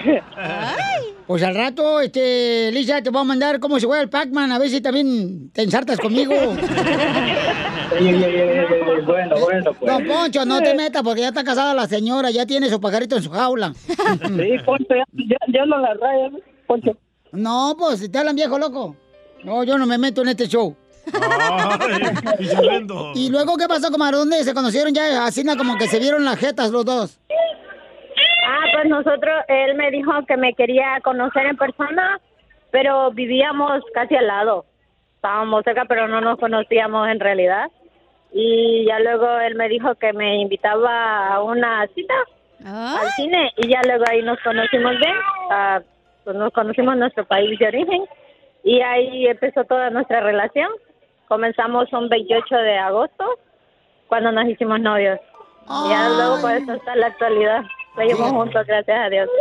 Pues al rato, este, Lisa, te voy a mandar cómo se juega el Pac-Man, a ver si también te ensartas conmigo. Ey, ey, ey, ey, ey, Bueno, bueno, pues. Don Poncho, no te metas porque ya está casada la señora, ya tiene su pajarito en su jaula. Sí, Poncho, ya, ya- ya no la raya, ¿no? Poncho. No, pues te hablan viejo loco. No, yo no me meto en este show. Oh. ¿Y luego qué pasó, comadre? ¿Dónde se conocieron ya? Así na, como que se vieron las jetas los dos. Ah, pues nosotros, él me dijo que me quería conocer en persona, pero vivíamos casi al lado. Estábamos cerca, pero no nos conocíamos en realidad. Y ya luego él me dijo que me invitaba a una cita al cine y ya luego ahí nos conocimos bien. Ah, pues nos conocimos en nuestro país de origen y ahí empezó toda nuestra relación. Comenzamos un 28 de agosto cuando nos hicimos novios. Y Ya luego por eso está la actualidad. Seguimos juntos, gracias a Dios.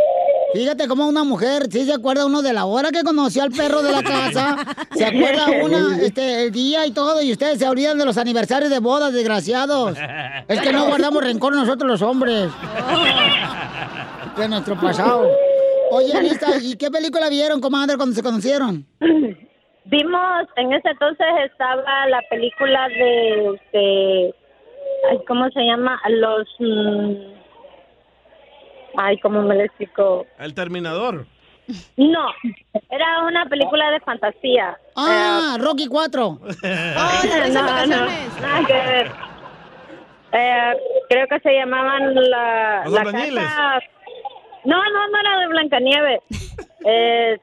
Fíjate cómo una mujer, sí se acuerda uno de la hora que conoció al perro de la casa, se acuerda una, este, el día y todo, y ustedes se olvidan de los aniversarios de bodas, desgraciados. Es que no guardamos rencor nosotros los hombres de nuestro pasado. Oye, Anita, ¿y qué película vieron, comadre, cuando se conocieron? Vimos, en ese entonces estaba la película de, este, ay, ¿cómo se llama? Los, mm, ay, ¿cómo me lo explico? El Terminador. No, era una película de fantasía. Ah, Rocky 4. no, no, nada que ver. Eh, creo que se llamaban la, Los la albañiles. casa... No, no, no era de Blancanieves. Eh,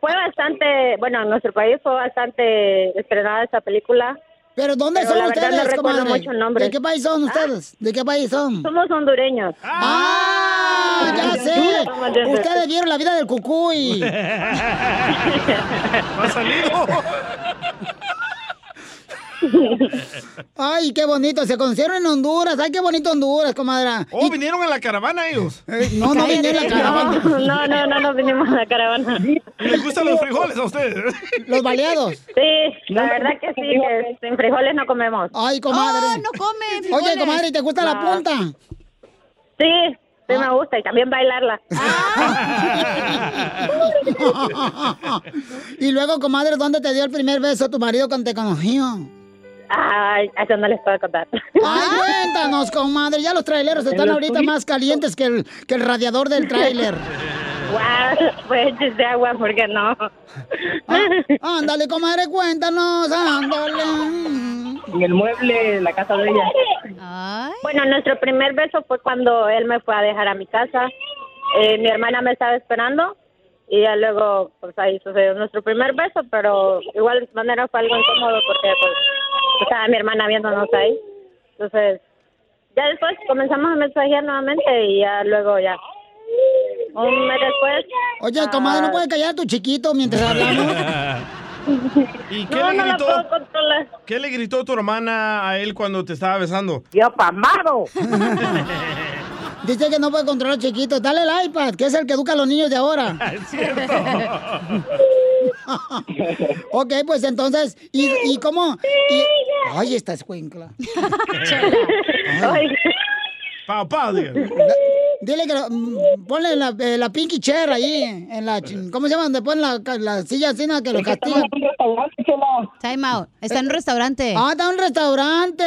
fue bastante, bueno, en nuestro país fue bastante estrenada esa película. Pero ¿dónde Pero son la verdad ustedes, no recuerdo comadre? mucho el nombre. Ah. ¿De qué país son ustedes? ¿De qué país son? Somos hondureños. ¡Ah! ¡Ya sé! Ustedes vieron la vida del cucuy. ha salido. Ay, qué bonito. Se conocieron en Honduras. Ay, qué bonito Honduras, comadre. Oh, vinieron en la caravana ellos. Eh, no, no vinieron en la caravana. No, no, no, no vinimos en la caravana. ¿Les gustan los frijoles a ustedes? Los baleados. Sí, la verdad que sí, que sin frijoles no comemos. Ay, comadre. Ah, no comen Oye, comadre, ¿te gusta la punta? Ah. Sí, sí me gusta y también bailarla. Ah. y luego, comadre, ¿dónde te dio el primer beso tu marido cuando te conoció? Ay, eso no les puedo contar. Ay, cuéntanos, comadre. Ya los traileros están Ah. ¿En los ahorita turis? más calientes que el, que el radiador del tráiler. Guau, pues de agua, porque no. Ah, ándale, comadre, cuéntanos, ándale. En el mueble, la casa de ella. Bueno, nuestro primer beso fue cuando él me fue a dejar a mi casa. Eh, mi hermana me estaba esperando y ya luego, pues ahí sucedió nuestro primer beso, pero igual de manera fue algo incómodo porque pues estaba mi hermana viéndonos ahí. Entonces, ya después comenzamos a mensajear nuevamente y ya luego ya. Un mes después. ah, Oye, comadre, ¿no puedes callar a tu chiquito mientras hablamos? Ah, ¿Y qué No, le no la gritó? puedo ¿Qué le gritó tu hermana a él cuando te estaba besando? ¡Yo pamado! Dice que no puede controlar chiquito. Dale el iPad, que es el que educa a los niños de ahora. Es cierto. ok, pues entonces, ¿y, y cómo? Y- Ay, esta es cuencla. Dile que lo- mm, ponle la, eh, la pinky chair ahí, en la, chin- ¿cómo se llama? Donde ponen la, ca- la silla así, nada, que lo castigan. Time out. Está en un restaurante. Ah, está en un restaurante.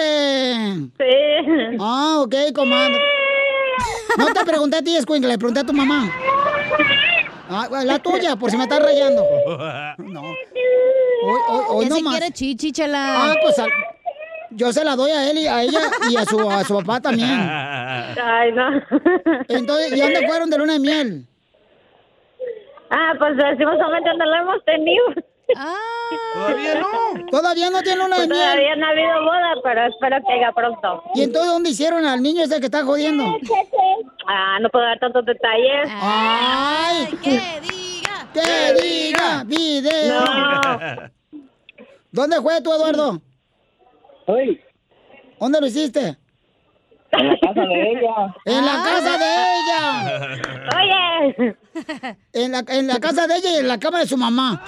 Sí. Ah, ok, comando. No te pregunté a ti, escuincle, le pregunté a tu mamá. Ah, la tuya, por si me estás rayando. No. Hoy, hoy, hoy Ya no si más. quiere chichi, chela. Ah, pues a- yo se la doy a él y a ella y a su, a su papá también. Ay, no. Entonces, ¿y dónde fueron de luna de miel? Ah, pues lastimosamente no lo hemos tenido. Todavía no. Ah. Todavía no tiene luna de miel. Pues, Todavía no ha habido boda, pero espero que haya pronto. ¿Y entonces dónde hicieron al niño ese que está jodiendo? Ah, no puedo dar tantos detalles. Ay, que diga. Que diga, video. No. ¿Dónde fue tú, Eduardo? Hoy. ¿Dónde lo hiciste? En la casa de ella. En la Ah. casa de ella. Oye. En la, en la casa de ella y en la cama de su mamá.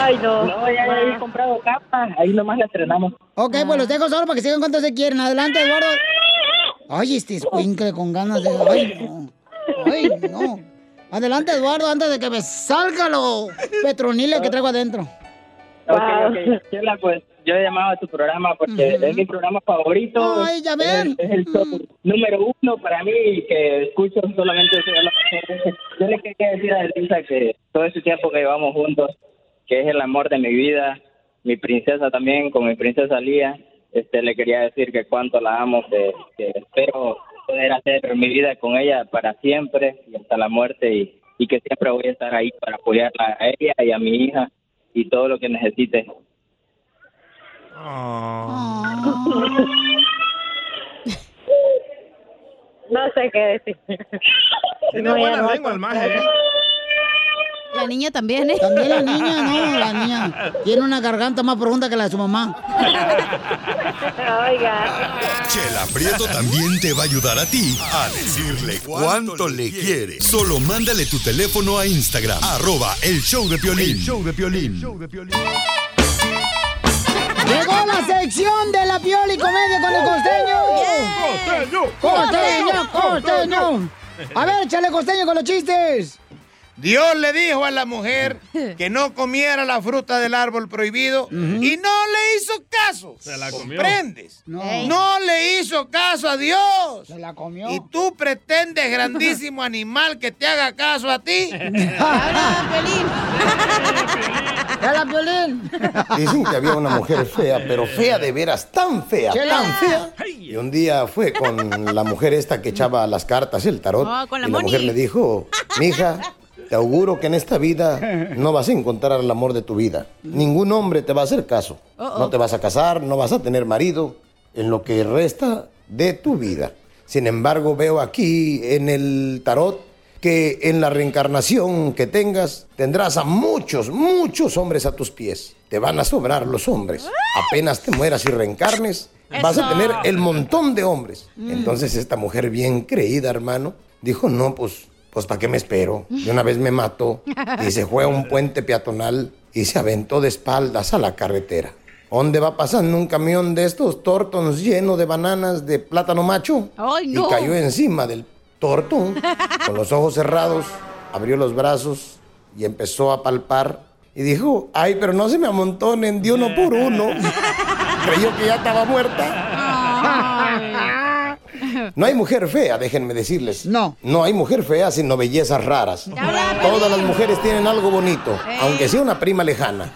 Ay, no. No, ya había comprado capa. Ahí nomás la estrenamos. Ok, pues los dejo solo para que sigan cuando se quieren. Adelante, Eduardo. Ay, este escuincle con ganas de... Ay, no. Ay, no. Adelante, Eduardo, antes de que me salga lo petronilo que traigo adentro. Ok, ok. Chela, pues yo llamaba a tu programa porque es mi programa favorito. Ay, ya ven. Es el, es el top número uno para mí que escucho solamente eso. Yo le quería decir a Elisa que todo ese tiempo que llevamos juntos, que es el amor de mi vida, mi princesa también, con mi princesa Lía, este, le quería decir que cuánto la amo, que, que espero poder hacer mi vida con ella para siempre y hasta la muerte y, y que siempre voy a estar ahí para apoyarla a ella y a mi hija y todo lo que necesite. Ah. No sé qué decir. Tiene No, ya buena no. lengua el maje, ¿eh? La niña también, ¿eh? También la niña, Ah, no, la niña. Tiene una garganta más profunda que la de su mamá. Chela Prieto también te va a ayudar a ti a decirle cuánto le quiere. Solo mándale tu teléfono a Instagram, arroba el show de Piolín. show de Llegó la sección de la piola y comedia con el costeño. Costeño, costeño. A ver, échale costeño con los chistes. Dios le dijo a la mujer que no comiera la fruta del árbol prohibido y no le hizo caso. Se la comió. ¿Comprendes? No. No le hizo caso a Dios. Se la comió. Y tú pretendes, grandísimo animal, que te haga caso a ti. ¡Hola, Piolín! Dicen que había una mujer fea, pero fea de veras, tan fea, Chela. tan fea. Y un día fue con la mujer esta que echaba las cartas, el tarot. Ah, con la y la Moni. mujer le dijo, mija, te auguro que en esta vida no vas a encontrar el amor de tu vida. Ningún hombre te va a hacer caso. Uh-oh. No te vas a casar, no vas a tener marido en lo que resta de tu vida. Sin embargo, veo aquí en el tarot que en la reencarnación que tengas tendrás a muchos, muchos hombres a tus pies. Te van a sobrar los hombres. Apenas te mueras y reencarnes, vas a Eso. tener el montón de hombres. Mm. Entonces esta mujer bien creída, hermano, dijo, no, pues, pues ¿para qué me espero? De una vez me mato. Y se fue a un puente peatonal y se aventó de espaldas a la carretera. ¿Dónde va pasando un camión de estos tortons lleno de bananas de plátano macho? Ay, no. Y cayó encima del tortón. Con los ojos cerrados, abrió los brazos y empezó a palpar. Y dijo, ay, pero no se me amontonen de uno por uno. Creyó que ya estaba muerta. No hay mujer fea, déjenme decirles. No. No hay mujer fea sino bellezas raras. Todas las mujeres tienen algo bonito, aunque sea una prima lejana.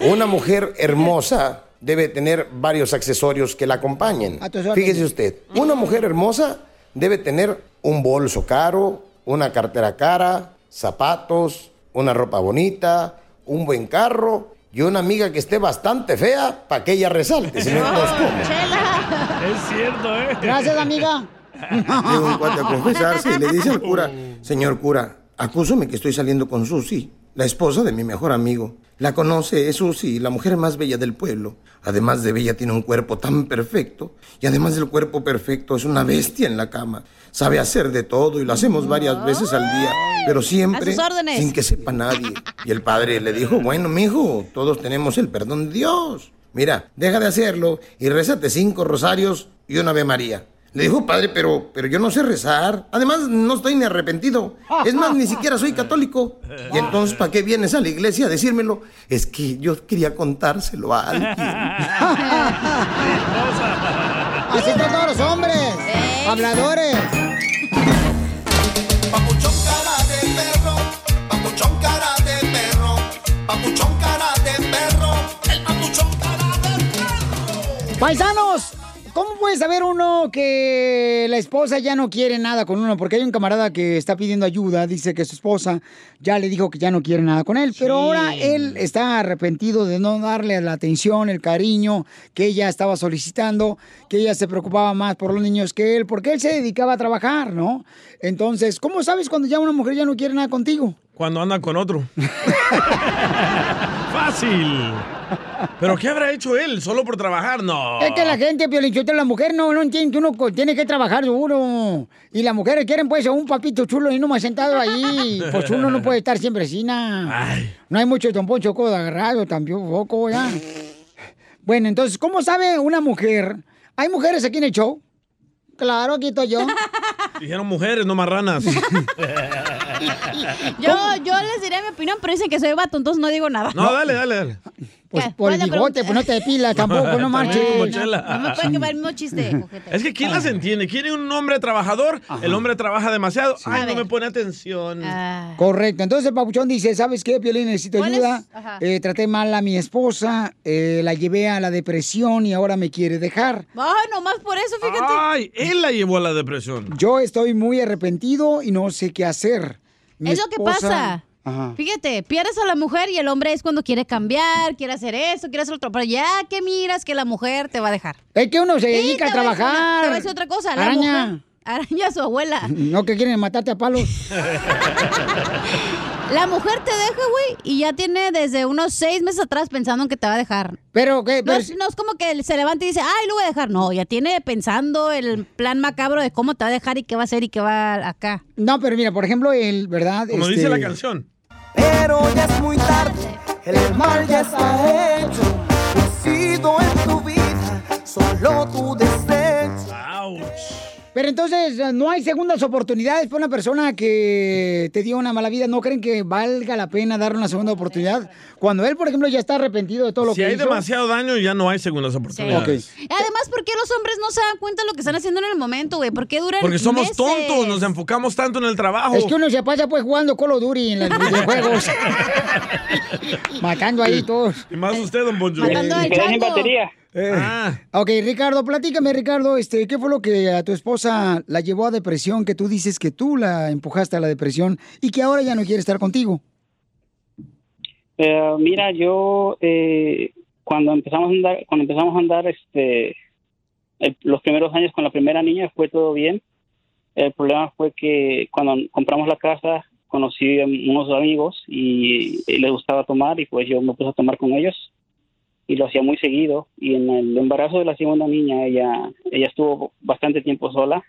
Una mujer hermosa debe tener varios accesorios que la acompañen. A tus órdenes. Fíjese usted, una mujer hermosa debe tener un bolso caro, una cartera cara, zapatos, una ropa bonita, un buen carro y una amiga que esté bastante fea para que ella resalte. Si no, entonces, ¿cómo? Es cierto, ¿eh? Gracias, amiga. Llega un cuate a confesarse y le dice al cura, señor cura, acúsame que estoy saliendo con Susi, la esposa de mi mejor amigo. La conoce, es Susi, la mujer más bella del pueblo. Además de bella, tiene un cuerpo tan perfecto. Y además del cuerpo perfecto, es una bestia en la cama. Sabe hacer de todo y lo hacemos varias veces al día, pero A siempre sus órdenes. sin que sepa nadie. Y el padre le dijo, bueno, mijo, todos tenemos el perdón de Dios. Mira, deja de hacerlo y rézate cinco rosarios y una Ave María. Le dijo, padre, pero, pero yo no sé rezar. Además, no estoy ni arrepentido. Es más, ni siquiera soy católico. Y entonces, ¿para qué vienes a la iglesia a decírmelo? Es que yo quería contárselo a alguien. Así están todos los hombres. Habladores. Paisanos, ¿cómo puede saber uno que la esposa ya no quiere nada con uno? Porque hay un camarada que está pidiendo ayuda, dice que su esposa ya le dijo que ya no quiere nada con él, pero ahora él está arrepentido de no darle la atención, el cariño que ella estaba solicitando, que ella se preocupaba más por los niños que él, porque él se dedicaba a trabajar, ¿no? Entonces, ¿cómo sabes cuando ya una mujer ya no quiere nada contigo? Cuando anda con otro. Fácil. ¿Pero qué habrá hecho él? ¿Solo por trabajar? No. Es que la gente, Piolinchotelo, la mujer no, no entiende que uno co- tiene que trabajar duro. Y las mujeres quieren, pues, a un papito chulo y nomás sentado ahí. Pues uno no puede estar siempre sin nada. No hay mucho Don Poncho Codo agarrado tampoco, ya. Bueno, entonces, ¿cómo sabe una mujer? ¿Hay mujeres aquí en el show? Claro, aquí estoy yo. Dijeron mujeres, no marranas. Yo, yo les diré mi opinión, pero dicen que soy vato, entonces no digo nada. No, dale, dale, dale. Pues por el ¿Cuál la bigote, pregunta? pues no te depilas tampoco, no marches. Ah. Tampoco, como Chela. No me puede quemar el mismo chiste. Es que ¿quién las entiende? Quiere un hombre trabajador, el hombre trabaja demasiado. Ay, no me pone atención. Ah. Correcto. Entonces el papuchón dice, ¿sabes qué, Piolín? Necesito ¿Cuál es? ayuda. Ajá. Eh, traté mal a mi esposa, eh, la llevé a la depresión y ahora me quiere dejar. Ay, nomás por eso, fíjate. Ay, él la llevó a la depresión. Yo estoy muy arrepentido y no sé qué hacer. Mi Es lo que pasa. Ajá. Fíjate, pierdes a la mujer y el hombre es cuando quiere cambiar, quiere hacer eso, quiere hacer otro. Pero ya que miras que la mujer te va a dejar. Es que uno se Y dedica a te voy decir una- trabajar. te voy a decir otra cosa. La Araña. mujer- araña a su abuela. No que quieren matarte a palos. La mujer te deja, güey, y ya tiene desde unos seis meses atrás pensando que te va a dejar. Pero, ¿qué? No, es, no es como que se levanta y dice, ay, lo voy a dejar. No, ya tiene pensando el plan macabro de cómo te va a dejar y qué va a hacer y qué va acá. No, pero mira, por ejemplo, él, ¿verdad? Como Este, dice la canción. Pero ya es muy tarde, el mal ya está hecho. sido en tu vida solo tu desecho. Pero entonces, no hay segundas oportunidades para una persona que te dio una mala vida. ¿No creen que valga la pena dar una segunda oportunidad? Cuando él, por ejemplo, ya está arrepentido de todo lo Si que hay hizo. demasiado daño, ya no hay segundas oportunidades. Ok. Además, ¿por qué los hombres no se dan cuenta de lo que están haciendo en el momento, güey? ¿Por qué duran Porque somos meses? tontos, nos enfocamos tanto en el trabajo. Es que uno se pasa pues jugando Call of Duty en los videojuegos. Matando ahí todos. Y más usted, don Eh, Bonjo. Matando al Me quedé sin chango. batería. Ok, Ricardo, platícame, Ricardo, este, ¿qué fue lo que a tu esposa la llevó a depresión? Que tú dices que tú la empujaste a la depresión y que ahora ya no quiere estar contigo. Eh, mira, yo eh, cuando empezamos a andar, cuando empezamos a andar, este, eh, los primeros años con la primera niña fue todo bien. El problema fue que cuando compramos la casa conocí a unos amigos y, y les gustaba tomar y pues yo me puse a tomar con ellos y lo hacía muy seguido y en el embarazo de la segunda niña ella ella estuvo bastante tiempo sola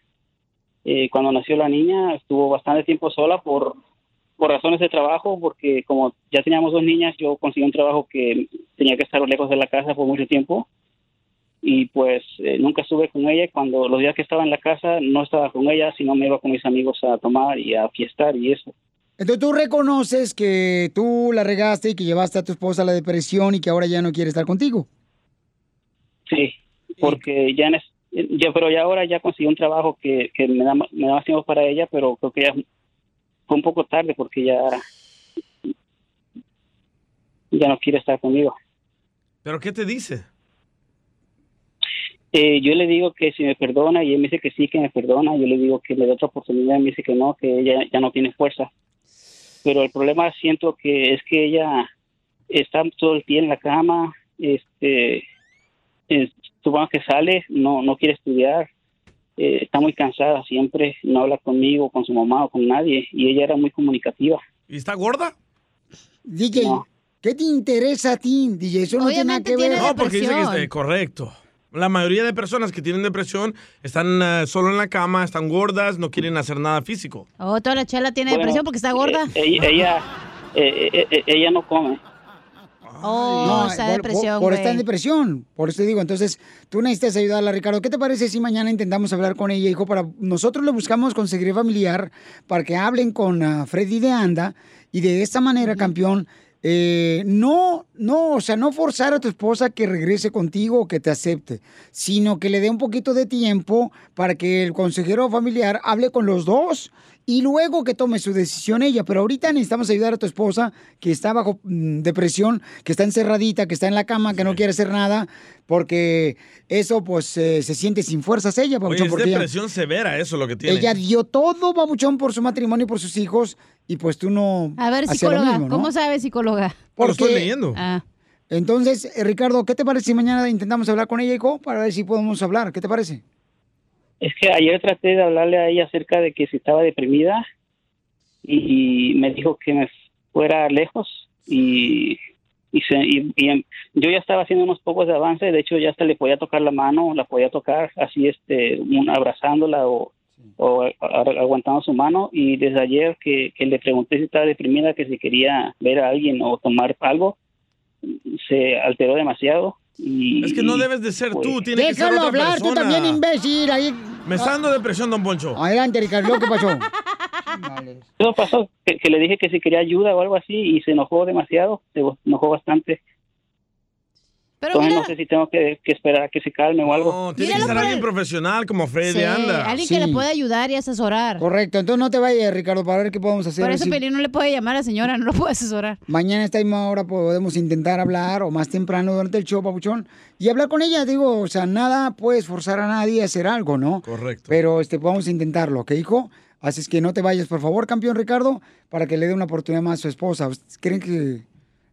Eh, cuando nació la niña estuvo bastante tiempo sola por por razones de trabajo, porque como ya teníamos dos niñas, yo conseguí un trabajo que tenía que estar lejos de la casa por mucho tiempo y pues eh, nunca estuve con ella. Cuando los días que estaba en la casa no estaba con ella, sino me iba con mis amigos a tomar y a fiestar y eso. Entonces tú reconoces que tú la regaste y que llevaste a tu esposa a la depresión y que ahora ya no quiere estar contigo. Sí, porque ya, en es- ya- pero ya ahora ya conseguí un trabajo que, que me, da, ma- me da más tiempo para ella, pero creo que ya fue un poco tarde porque ya ya no quiere estar conmigo. ¿Pero qué te dice? Eh, yo le digo que si me perdona y él me dice que sí, que me perdona. Yo le digo que le dé otra oportunidad y me dice que no, que ella ya no tiene fuerza. Pero el problema siento que es que ella está todo el día en la cama, este, eh, supongo que sale, no, no quiere estudiar, eh, está muy cansada siempre, no habla conmigo, con su mamá o con nadie. Y ella era muy comunicativa. ¿Y está gorda? DJ, ¿qué te interesa a ti, DJ? Eso no tiene nada que ver. No, porque dice que es eh, correcto. La mayoría de personas que tienen depresión están eh, solo en la cama, están gordas, no quieren hacer nada físico. Oh, toda la chela tiene Bueno, depresión porque está gorda. Eh, ella, ella, eh, eh, eh, ella no come. oh, No, eh, está por- depresión, Por, por güey. estar en depresión. Por eso te digo, entonces, tú necesitas ayudarla, Ricardo. ¿Qué te parece si mañana intentamos hablar con ella, hijo? Para nosotros le buscamos conseguir familiar para que hablen con ah, Freddy de Anda y de esta manera, campeón. eh, no, no, o sea, no forzar a tu esposa que regrese contigo o que te acepte, sino que le dé un poquito de tiempo para que el consejero familiar hable con los dos y luego que tome su decisión ella. Pero ahorita necesitamos ayudar a tu esposa que está bajo mm, depresión, que está encerradita, que está en la cama, que no quiere hacer nada, porque eso pues eh, se siente sin fuerzas ella, Oye, Pabuchón, es porque ella- depresión severa eso lo que tiene. ella dio todo, Babuchón, por su matrimonio y por sus hijos, y pues tú no... A ver, hacías lo psicóloga, mismo, ¿no? ¿cómo sabe psicóloga? Ah. Porque- Entonces, eh, Ricardo, ¿qué te parece si mañana intentamos hablar con ella, hijo? Para ver si podemos hablar. ¿Qué te parece? Es que ayer traté de hablarle a ella acerca de que si estaba deprimida y me dijo que me fuera lejos y, y, se- y- y em- yo ya estaba haciendo unos pocos de avance, de hecho ya hasta le podía tocar la mano, la podía tocar así este un- abrazándola o, o a- a- aguantando su mano y desde ayer que, que le pregunté si estaba deprimida, que si quería ver a alguien o tomar algo, se alteró demasiado. Y, Es que no debes de ser tú, tiene que ser Déjalo otra hablar, tú persona. también, imbécil. Ahí... Me está dando depresión, don Poncho. Adelante, Ricardo, ¿qué pasó? Eso pasó, que, que le dije que si quería ayuda o algo así y se enojó demasiado, se enojó bastante. Pero Entonces mira, no sé si tengo que, que esperar a que se calme o algo. No, tiene que ser alguien profesional como Freddy sí, anda. alguien que le pueda ayudar y asesorar. Ah, Correcto, entonces no te vayas, Ricardo, para ver qué podemos hacer. Por a ver eso si Pelín no le puede llamar a la señora, no lo puede asesorar. Mañana a esta misma hora podemos intentar hablar o más temprano durante el show, papuchón. Y hablar con ella, digo, o sea, nada puedes forzar a nadie a hacer algo, ¿no? Correcto. Pero este, podemos intentarlo, ¿ok, hijo? Así es que no te vayas, por favor, campeón Ricardo, para que le dé una oportunidad más a su esposa. ¿Ustedes ¿Creen que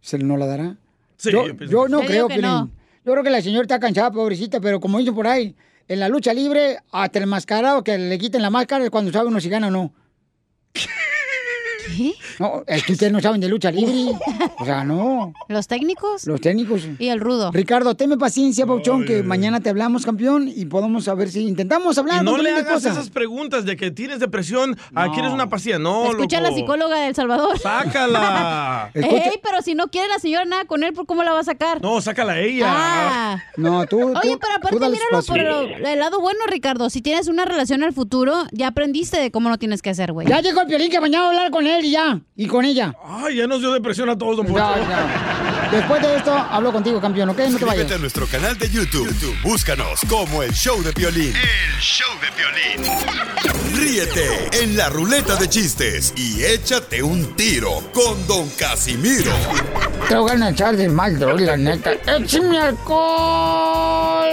se no la dará? Sí, yo, yo pienso yo que no sí. creo, Yo digo que no. Piolín. Yo creo que la señora está cansada, pobrecita, pero como dicen por ahí, en la lucha libre, hasta el mascarado que le quiten la máscara es cuando sabe uno si gana o no. ¿Qué? No, es que ustedes no saben de lucha libre. O sea, no. ¿Los técnicos? Los técnicos. Y el rudo. Ricardo, tenme paciencia, Pauchón, que mañana te hablamos, campeón, y podemos saber si intentamos hablar. Y no con tu le linda hagas esposa. esas preguntas de que tienes depresión, ah, quieres una pastilla. No, Escucha a loco. la psicóloga de El Salvador. Sácala. Ey, pero si no quiere la señora nada con él, ¿por ¿cómo la va a sacar? No, sácala a ella. Ah. No, tú. Oye, tú- pero tú aparte, dale míralo espacio. por el, el lado bueno, Ricardo. Si tienes una relación al futuro, ya aprendiste de cómo lo tienes que hacer, güey. Ah. Ya llegó el piolín que mañana va a hablar con él y ya. Y con ella. Ay, ya nos dio depresión a todos, don Poncho. Ya, ya. Después de esto, hablo contigo, campeón, ¿ok? No te vayas. Suscríbete a nuestro canal de YouTube. YouTube, Búscanos como el show de Piolín. El show de Piolín. Ríete en la ruleta de chistes y échate un tiro con Don Casimiro. Te voy a echar de mal, de hoy, la neta. ¡Échame alcohol!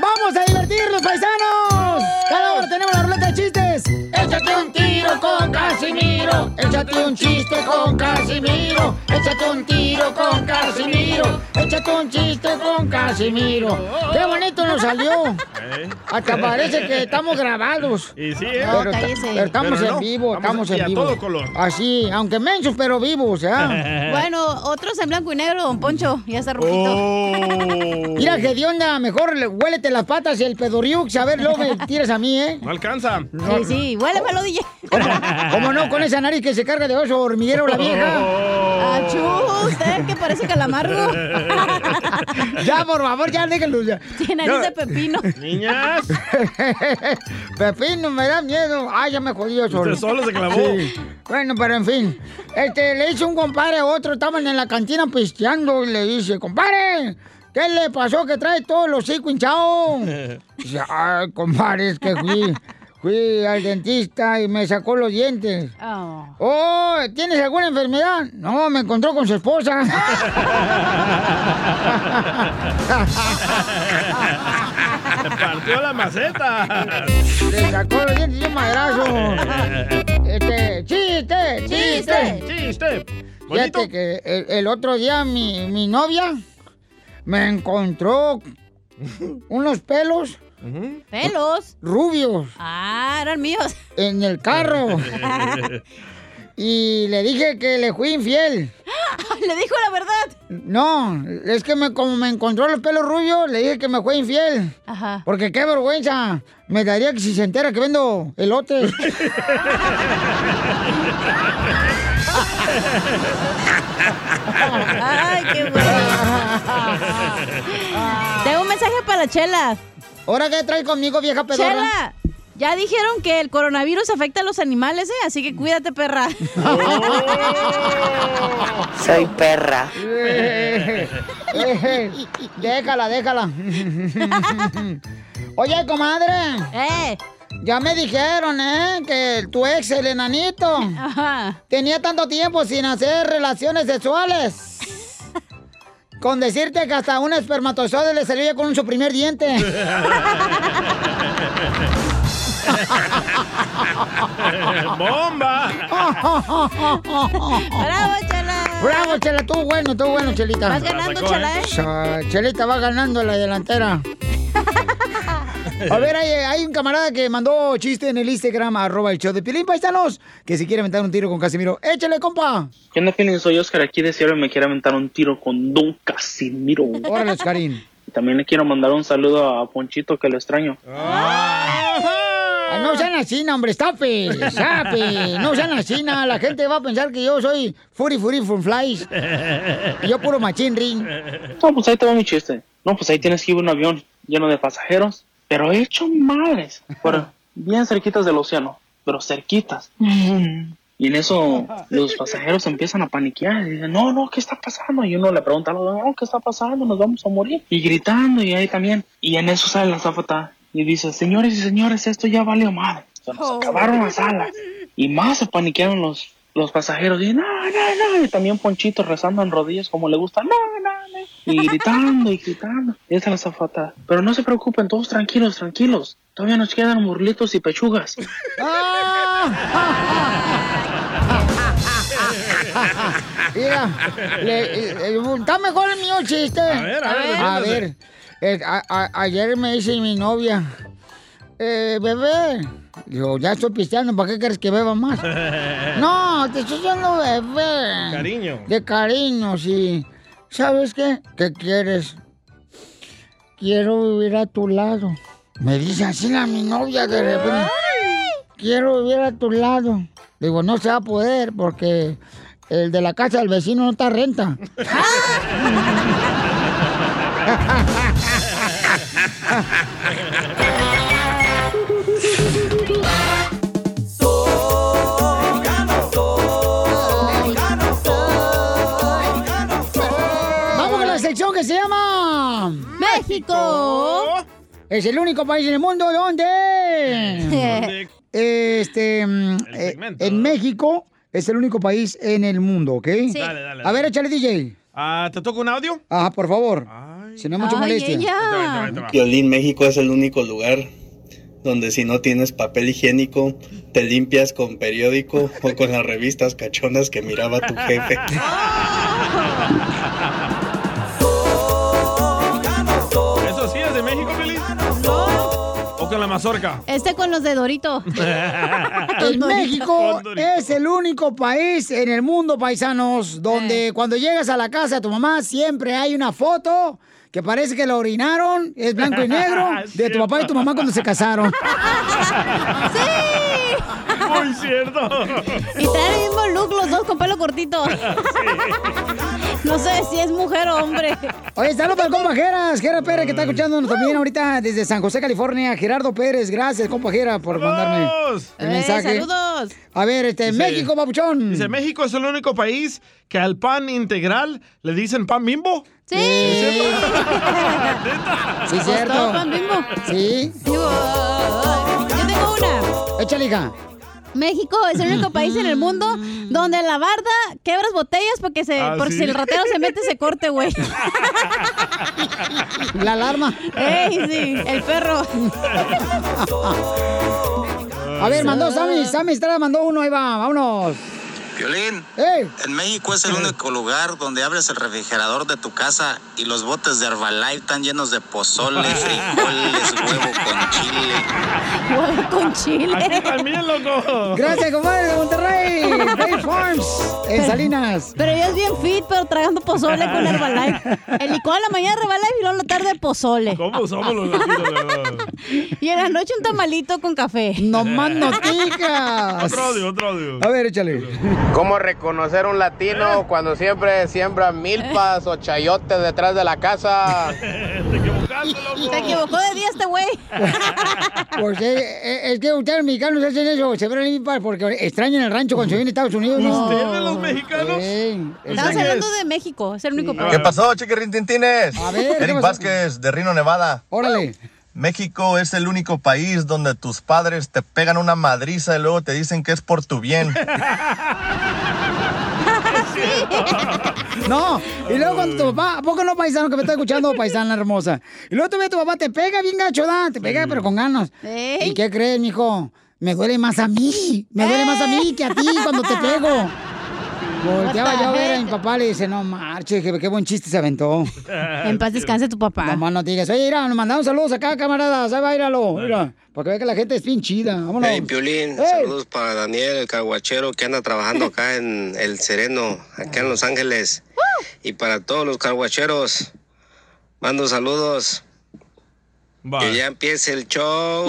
¡Vamos a divertirnos, paisanos! Cada hora tenemos la ruleta de chistes. Échate un tiro con Casimiro. Échate un chiste con Casimiro. Échate un tiro con Casimiro. Échate un chiste con Casimiro. ¡Qué bonito nos salió! Hasta parece que estamos grabados. Y sí, ¿eh? Pero, pero estamos Pero en no, vivo, estamos estamos aquí en vivo. A todo color. Así, aunque mensos, pero vivos, ¿ya? Bueno, otros en blanco y negro, don Poncho. Ya está rojito. Mira, que de onda, mejor le- huélete las patas y el pedoriux, a ver, luego me tiras a mí, ¿eh? No alcanza. Sí, sí, huélemelo, DJ. ¿Cómo no? Con esa nariz que se carga de oso hormiguero la vieja. Oh. Achú, usted Ah, eh, que parece calamarro. ya, por favor, ya déjenlo. Ya. Tiene nariz de pepino. Niñas. pepino, me da miedo. Ay, ya me jodí yo solo. Usted solo se clavó. Sí. Bueno, pero en fin. Este, le dice un compadre a otro, estaban en la cantina pisteando y le dice, compadre, ¿qué le pasó que trae todos los hocico hinchado? Dice, ay, compadre, es que fui, fui al dentista y me sacó los dientes. Ah. Oh, ¿tienes alguna enfermedad? No, me encontró con su esposa. Partió la maceta. Le sacó los dientes y un madrazo. Este, chiste, chiste. Chiste, chiste. Fíjate que el, el otro día mi, mi novia me encontró unos pelos. ¿Pelos? Rubios. Ah, eran míos. En el carro. y le dije que le fui infiel. ¿Le dijo la verdad? No, es que me, como me encontró los pelos rubios, le dije que me fue infiel. Ajá. Porque qué vergüenza. Me daría que si se entera que vendo elote. Ay, qué Tengo un mensaje para la Chela. ¿Ahora qué trae conmigo, vieja pedorra? pedorra? Chela, ya dijeron que el coronavirus afecta a los animales, ¿eh? Así que cuídate, perra. Soy perra. Eh, eh, déjala, déjala. Oye, comadre. Ya me dijeron, ¿eh? Que el- tu ex, el enanito, tenía tanto tiempo sin hacer relaciones sexuales. Con decirte que hasta un espermatozoide le salía con su primer diente. ¡Bomba! ¡Bravo, Chela! ¡Bravo, Chela! Tú bueno, tú bueno, Chelita. Vas ganando, Chela, ¿eh? Cha- Chelita va ganando en la delantera. A ver, hay, hay un camarada que mandó chiste en el Instagram, arroba el show de Pilín Paisanos, que si quiere aventar un tiro con Casimiro, échale, compa. ¿Qué onda, Piolín? Soy Oscar aquí de Sierra y me quiero aventar un tiro con Don Casimiro. Órale, Oscarín. Y También le quiero mandar un saludo a Ponchito, que lo extraño. Ay, no sean así, no, hombre, estape, estape. No sean así, na, la gente va a pensar que yo soy Furi Furi Fun Flies. Y yo puro machín ring. No, pues ahí te va mi chiste. No, pues ahí tienes que ir a un avión lleno de pasajeros, pero hecho madres. Por- bien cerquitas del océano, pero cerquitas. Y en eso los pasajeros empiezan a paniquear. Y dicen, no, no, ¿qué está pasando? Y uno le pregunta al otro, no, ¿qué está pasando? Nos vamos a morir. Y gritando, y ahí también. Y en eso sale la zafata y dice, señores y señores, esto ya valió madre. Se nos acabaron las alas. Y más se paniquearon los, los pasajeros. Y no, no, no. Y también Ponchito rezando en rodillas como le gusta. No, no, no. Y gritando y gritando. Y esa es la zafata. Pero no se preocupen, todos tranquilos, tranquilos. Todavía nos quedan burlitos y pechugas. Mira, le- eh, eh, está mejor el mío chiste. A ver, a ver, A defiéndase. ver, eh, a- a- ayer me dice mi novia, eh, bebé, yo ya estoy pisteando, ¿para qué quieres que beba más? No, te estoy diciendo bebé. Cariño. De cariño, sí. ¿Sabes qué? ¿Qué quieres? Quiero vivir a tu lado. Me dice así a mi novia de repente. Quiero vivir a tu lado. Digo, no se va a poder porque el de la casa del vecino no está a renta. Vamos a la sección que se llama México. Es el único país en el mundo donde este mm, eh, en México es el único país en el mundo, ¿ok? Dale, dale, dale. A ver, échale DJ. Ah, ¿Te toca un audio? Ajá, por favor. Si no es mucho Ay, molestia. ella. Ahí te va, ahí te va, ahí te va. Piolín, México es el único lugar donde si no tienes papel higiénico, te limpias con periódico o con las revistas cachonas que miraba tu jefe. ¿Eso sí es de México, Feliz? ¿O con la mazorca? Este con los de Dorito. En México es el único país en el mundo, paisanos, Eh. donde cuando llegas a la casa de tu mamá siempre hay una foto que parece que la orinaron, es blanco y negro, de tu papá y tu mamá cuando se casaron. Muy cierto. Y traen el mismo look los dos con pelo cortito. No sé si es mujer o hombre. Eh. Oye, saludos para el compa Geras, Gera Pérez, que está escuchándonos también ahorita desde San José, California. Gerardo Pérez, gracias, compa Gera, por mandarme el Eh, mensaje. saludos. A ver, este, Dice- México, papuchón. Dice, México es el único país que al pan integral le dicen pan bimbo. Sí. Sí, cierto. Todo pan bimbo. Sí. Yo tengo una. Échale, hija. México es el único país en el mundo donde en la barda quebras botellas porque se, Ah, por ¿sí? si el ratero se mete se corte, güey. La alarma. Ey, sí, el perro. A ver, mandó Sammy, Sammy Estrada mandó uno, ahí va, vámonos. Violín, ¡Ey! en México es el único lugar donde abres el refrigerador de tu casa y los botes de Herbalife están llenos de pozole, frijoles, huevo con chile. Huevo con chile. Aquí también, loco. Gracias, compadre de Monterrey. Bay Farms, en Salinas. Pero ella es bien fit, pero tragando pozole con Herbalife. El licuado en la mañana Herbalife y luego en la tarde pozole. ¿Cómo somos los latinos, la verdad? Y en la noche un tamalito con café. No más digas. Otro audio, otro audio. Eh. A ver, échale. ¿Cómo reconocer un latino cuando siempre siembra milpas o chayotes detrás de la casa? pues. Se equivocó de día este güey. Pues eh, eh, es que ustedes los mexicanos hacen eso, se ven limpiar porque extrañan el rancho cuando se vienen a Estados Unidos. ¿no? ¿Ustedes, los mexicanos? Estabas hablando de México, es el único país. ¿Qué pasó, chiquirrintintines? ver, ¿qué Eric pasó? Vázquez, de Rino, Nevada. Órale. México es el único país donde tus padres te pegan una madriza y luego te dicen que es por tu bien. No, y luego cuando tu papá, ¿a poco no, paisano, que me está escuchando, paisana hermosa? Y luego todavía tu papá te pega bien gacho, ¿da? Te pega, pero con ganas. ¿Y qué crees, mijo? Me duele más a mí, me duele más a mí que a ti cuando te pego. Volteaba yo a ver a mi papá, le dice, no marche, qué, qué buen chiste se aventó. Eh. En paz descanse tu papá. Mamá, no digas, oye, mira, nos mandaron saludos acá, camaradas, ahí va, íralo, mira, para que vea que la gente es bien chida, vámonos. Hey, Piolín, Ey. saludos para Daniel, el caguachero que anda trabajando acá en El Sereno, acá en Los Ángeles. Y para todos los caguacheros, mando saludos. Que ya empiece el show.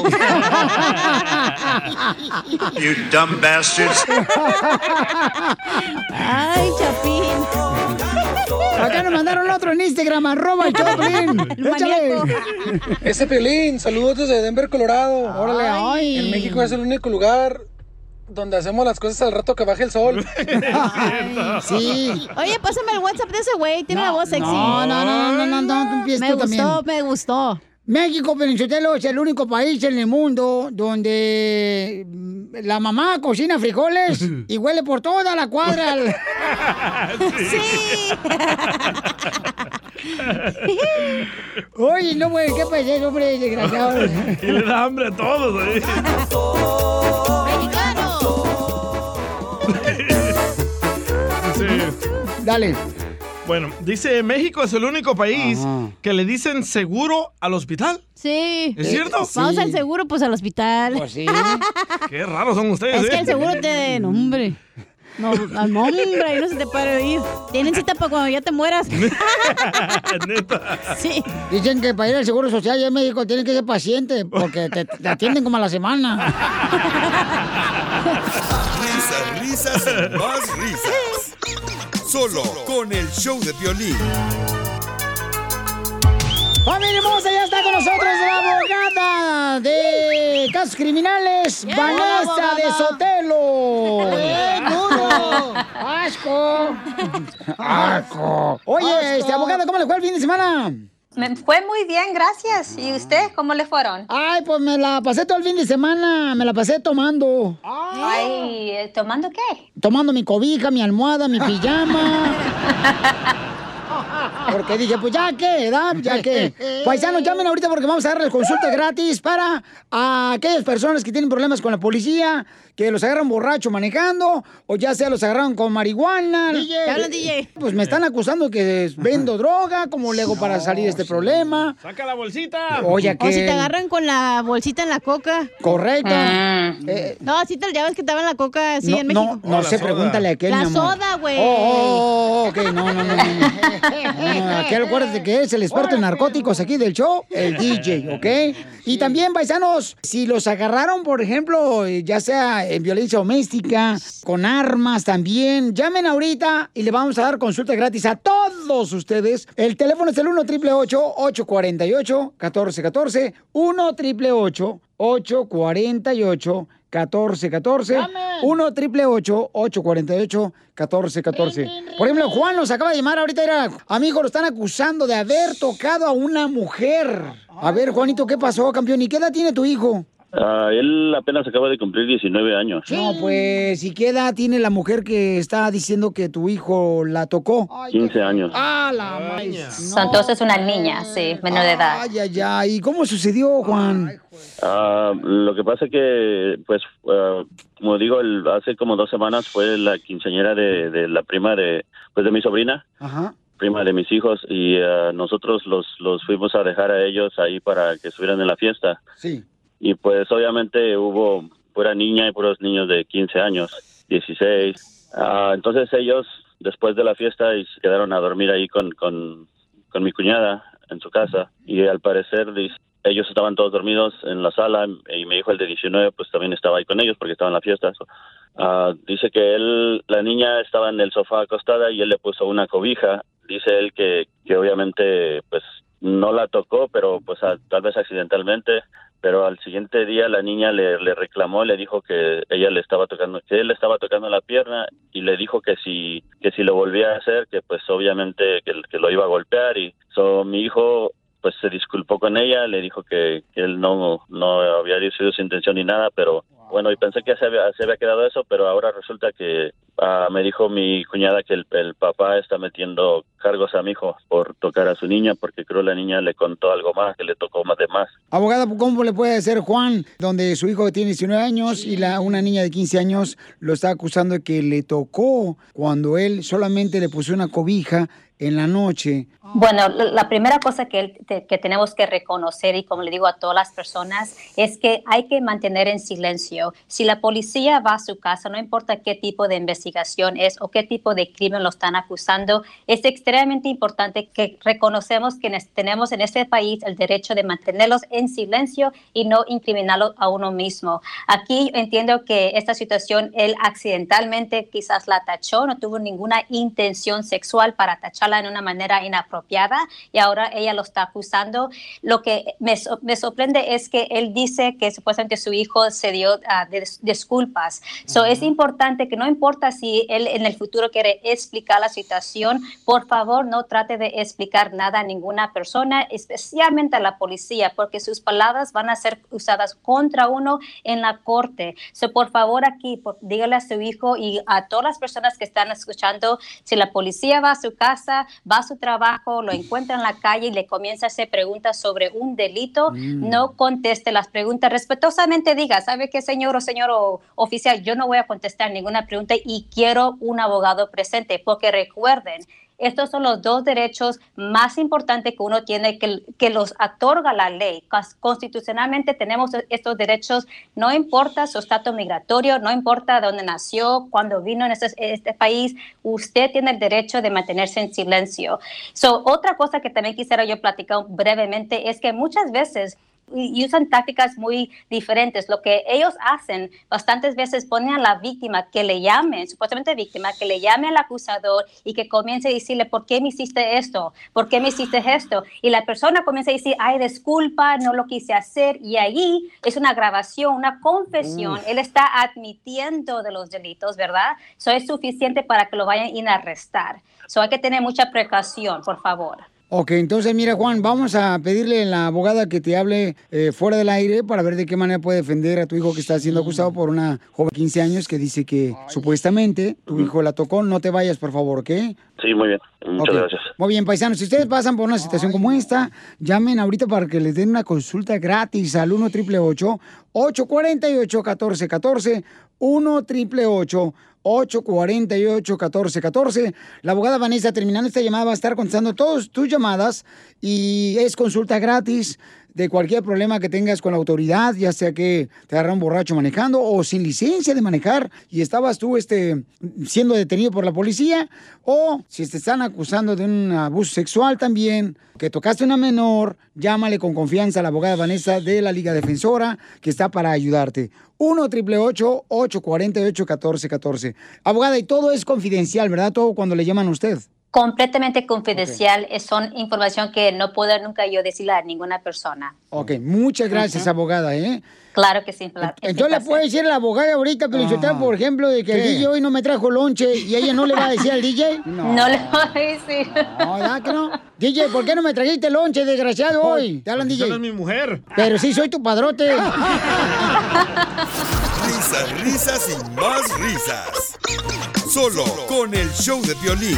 You dumb bastards. Ay, Chapín. Acá nos mandaron otro en Instagram, arroba el Choplin. Échale. Ese Piolín, saludos desde Denver, Colorado. Órale, ay. En México es el único lugar donde hacemos las cosas al rato que baje el sol. Sí. Oye, pásame el WhatsApp de ese güey. Tiene la voz sexy. No, no, no, no, no, no, tú empieces Ah, Me tú también. gustó, me gustó. México, Peninsotelo, es el único país en el mundo donde mm, la mamá cocina frijoles y huele por toda la cuadra. al- Oye, no, güey, qué país, hombre, desgraciado. y le da hambre a todos. ahí. Sí. Dale. Bueno, dice México es el único país que le dicen seguro al hospital. Sí. ¿Es cierto? Vamos Sí. al seguro, pues al hospital. Pues sí. Qué raros son ustedes, es ¿eh? que el seguro te. No, hombre. No, al- no, hombre, ahí no se te puede ir. Tienen cita para cuando ya te mueras. Sí. Dicen que para ir al Seguro Social ya en México tienen que ser paciente porque te, te atienden como a la semana. Risas, risas y más risas. Solo con el show de violín. ¡Familia hermosa! Ya está con nosotros la abogada de casos criminales, Yeah, Vanessa abogada. de Sotelo. ¡Eh, duro! ¡Asco! ¡Asco! Oye, este, abogada, ¿cómo le fue el fin de semana? Me fue muy bien, gracias. ¿Y usted cómo le fueron? Ay, pues me la pasé todo el fin de semana, me la pasé tomando. Ay, eh, ¿tomando qué? Tomando mi cobija, mi almohada, mi pijama. Porque dije, pues ya qué, ¿da? Ya qué. Paisanos, llamen ahorita porque vamos a darles consulta gratis para a aquellas personas que tienen problemas con la policía, que los agarran borracho manejando, o ya sea los agarraron con marihuana. DJ. Te hablan, DJ. Pues me están acusando que vendo droga, ¿cómo le hago para salir de este problema? ¡Saca la bolsita! Oye, O si aquel. te agarran con la bolsita en la coca. Correcto. Eh, no, así te ya ves que te daban la coca así no, en no, México. no sé, pregúntale a aquel, La mi amor. soda, güey. Oh, oh, oh, ok, no, no, no, no. no. No, no, aquel, acuérdate que es el experto en narcóticos aquí del show, el DJ, ¿ok? Y también, paisanos, si los agarraron, por ejemplo, eh, ya sea en violencia doméstica, con armas también, llamen ahorita y le vamos a dar consulta gratis a todos ustedes. El teléfono es el 1 848 1414 1 888 848 1414 1 888 848 1414 Por ejemplo, Juan nos acaba de llamar ahorita, era, amigo, lo están acusando de haber tocado a una mujer. A ver, Juanito, ¿qué pasó, campeón? ¿Y qué edad tiene tu hijo? Ah, él apenas acaba de cumplir 19 años. No, pues, ¿y qué edad tiene la mujer que está diciendo que tu hijo la tocó? 15 años. ¡Ah, la madre! Entonces una niña, sí, menor de edad. Ay, ay, ay. ¿Y cómo sucedió, Juan? Ah, lo que pasa que, pues, ah, como digo, el- hace como dos semanas fue la quinceañera de, de la prima de, pues, de mi sobrina, Ajá. prima de mis hijos, y ah, nosotros los, los fuimos a dejar a ellos ahí para que estuvieran en la fiesta. Sí. Y pues, obviamente, hubo pura niña y puros niños de 15 años, 16. Ah, entonces ellos, después de la fiesta, y se quedaron a dormir ahí con, con, con mi cuñada en su casa y al parecer dice, ellos estaban todos dormidos en la sala y me dijo el de 19 pues también estaba ahí con ellos porque estaba en la fiesta. So, ah, dice que él, la niña estaba en el sofá acostada y él le puso una cobija. Dice él que, que obviamente pues no la tocó pero pues a- tal vez accidentalmente pero al siguiente día la niña le, le reclamó, le dijo que ella le estaba tocando, que él le estaba tocando la pierna y le dijo que si, que si lo volvía a hacer, que pues obviamente que, que lo iba a golpear y so, mi hijo pues se disculpó con ella, le dijo que, que él no, no había sido su intención ni nada, pero bueno, y pensé que ya se había, se había quedado eso, pero ahora resulta que ah, me dijo mi cuñada que el, el papá está metiendo cargos a mi hijo por tocar a su niña, porque creo la niña le contó algo más, que le tocó más de más. Abogada, ¿cómo le puede hacer Juan, donde su hijo tiene 19 años y la, una niña de 15 años lo está acusando de que le tocó cuando él solamente le puso una cobija en la noche? Bueno, la la primera cosa que, él- te- que tenemos que reconocer y como le digo a todas las personas es que hay que mantener en silencio. Si la policía va a su casa, no importa qué tipo de investigación es o qué tipo de crimen lo están acusando, es extremadamente importante que reconocemos que nes- tenemos en este país el derecho de mantenerlos en silencio y no incriminarlos a uno mismo. Aquí entiendo que esta situación él accidentalmente quizás la tachó, no tuvo ninguna intención sexual para tacharla en una manera inapropiada y ahora ella lo está acusando. Lo que me, so- me sorprende es que él dice que supuestamente su hijo se dio ah, des- disculpas. So, Es importante que no importa si él en el futuro quiere explicar la situación, por favor no trate de explicar nada a ninguna persona, especialmente a la policía, porque sus palabras van a ser usadas contra uno en la corte. So, por favor aquí, por- dígale a su hijo y a todas las personas que están escuchando, si la policía va a su casa, va a su trabajo, lo encuentra en la calle y le comienza a hacer preguntas sobre un delito, Mm. no conteste las preguntas. Respetuosamente diga, ¿sabe qué, señor o señor o- oficial? Yo no voy a contestar ninguna pregunta y quiero un abogado presente, porque recuerden, estos son los dos derechos más importantes que uno tiene, que, que los otorga la ley. Cos- Constitucionalmente tenemos e-, estos derechos, no importa su estatus migratorio, no importa dónde nació, cuándo vino en este, este país, usted tiene el derecho de mantenerse en silencio. So, otra cosa que también quisiera yo platicar brevemente es que muchas veces y y usan tácticas muy diferentes. Lo que ellos hacen bastantes veces ponen a la víctima que le llame, supuestamente víctima, que le llame al acusador y que comience a decirle, ¿por qué me hiciste esto? ¿Por qué me hiciste esto? Y la persona comienza a decir, ay, disculpa, no lo quise hacer. Y ahí es una grabación, una confesión. Uf. Él está admitiendo de los delitos, ¿verdad? Eso es suficiente para que lo vayan a arrestar. Eso hay que tener mucha precaución, por favor. Ok, entonces mira Juan, vamos a pedirle a la abogada que te hable eh, fuera del aire para ver de qué manera puede defender a tu hijo que está siendo acusado por una joven de 15 años que dice que supuestamente tu hijo la tocó. No te vayas, por favor, ¿ok? Sí, muy bien. Muchas Ok. gracias. Muy bien, paisanos, si ustedes pasan por una situación como esta, llamen ahorita para que les den una consulta gratis al 1 888 848 1414 1 888 848 1414 La abogada Vanessa, terminando esta llamada, va a estar contestando todas tus llamadas y es consulta gratis de cualquier problema que tengas con la autoridad, ya sea que te agarraron borracho manejando o sin licencia de manejar y estabas tú este, siendo detenido por la policía, o si te están acusando de un abuso sexual también, que tocaste una menor, llámale con confianza a la abogada Vanessa de la Liga Defensora, que está para ayudarte. 1 888 848 1414 Abogada, y todo es confidencial, ¿verdad? Todo cuando le llaman a usted. completamente confidencial, eh, son información que no puedo nunca yo decirle a ninguna persona. Ok, muchas gracias, abogada, ¿eh? Claro que sí. pla- es Yo le puedo decir a la abogada ahorita, pero por ejemplo, de que el ¿Qué? DJ hoy no me trajo lonche y ella no le va a decir al DJ. No. No le va a decir. No, ¿verdad que no? DJ, ¿por qué no me trajiste lonche, desgraciado, hoy? Te hablan, DJ. mi mujer. Pero sí, soy tu padrote. Risas, risas y más risas. Solo con el show de violín.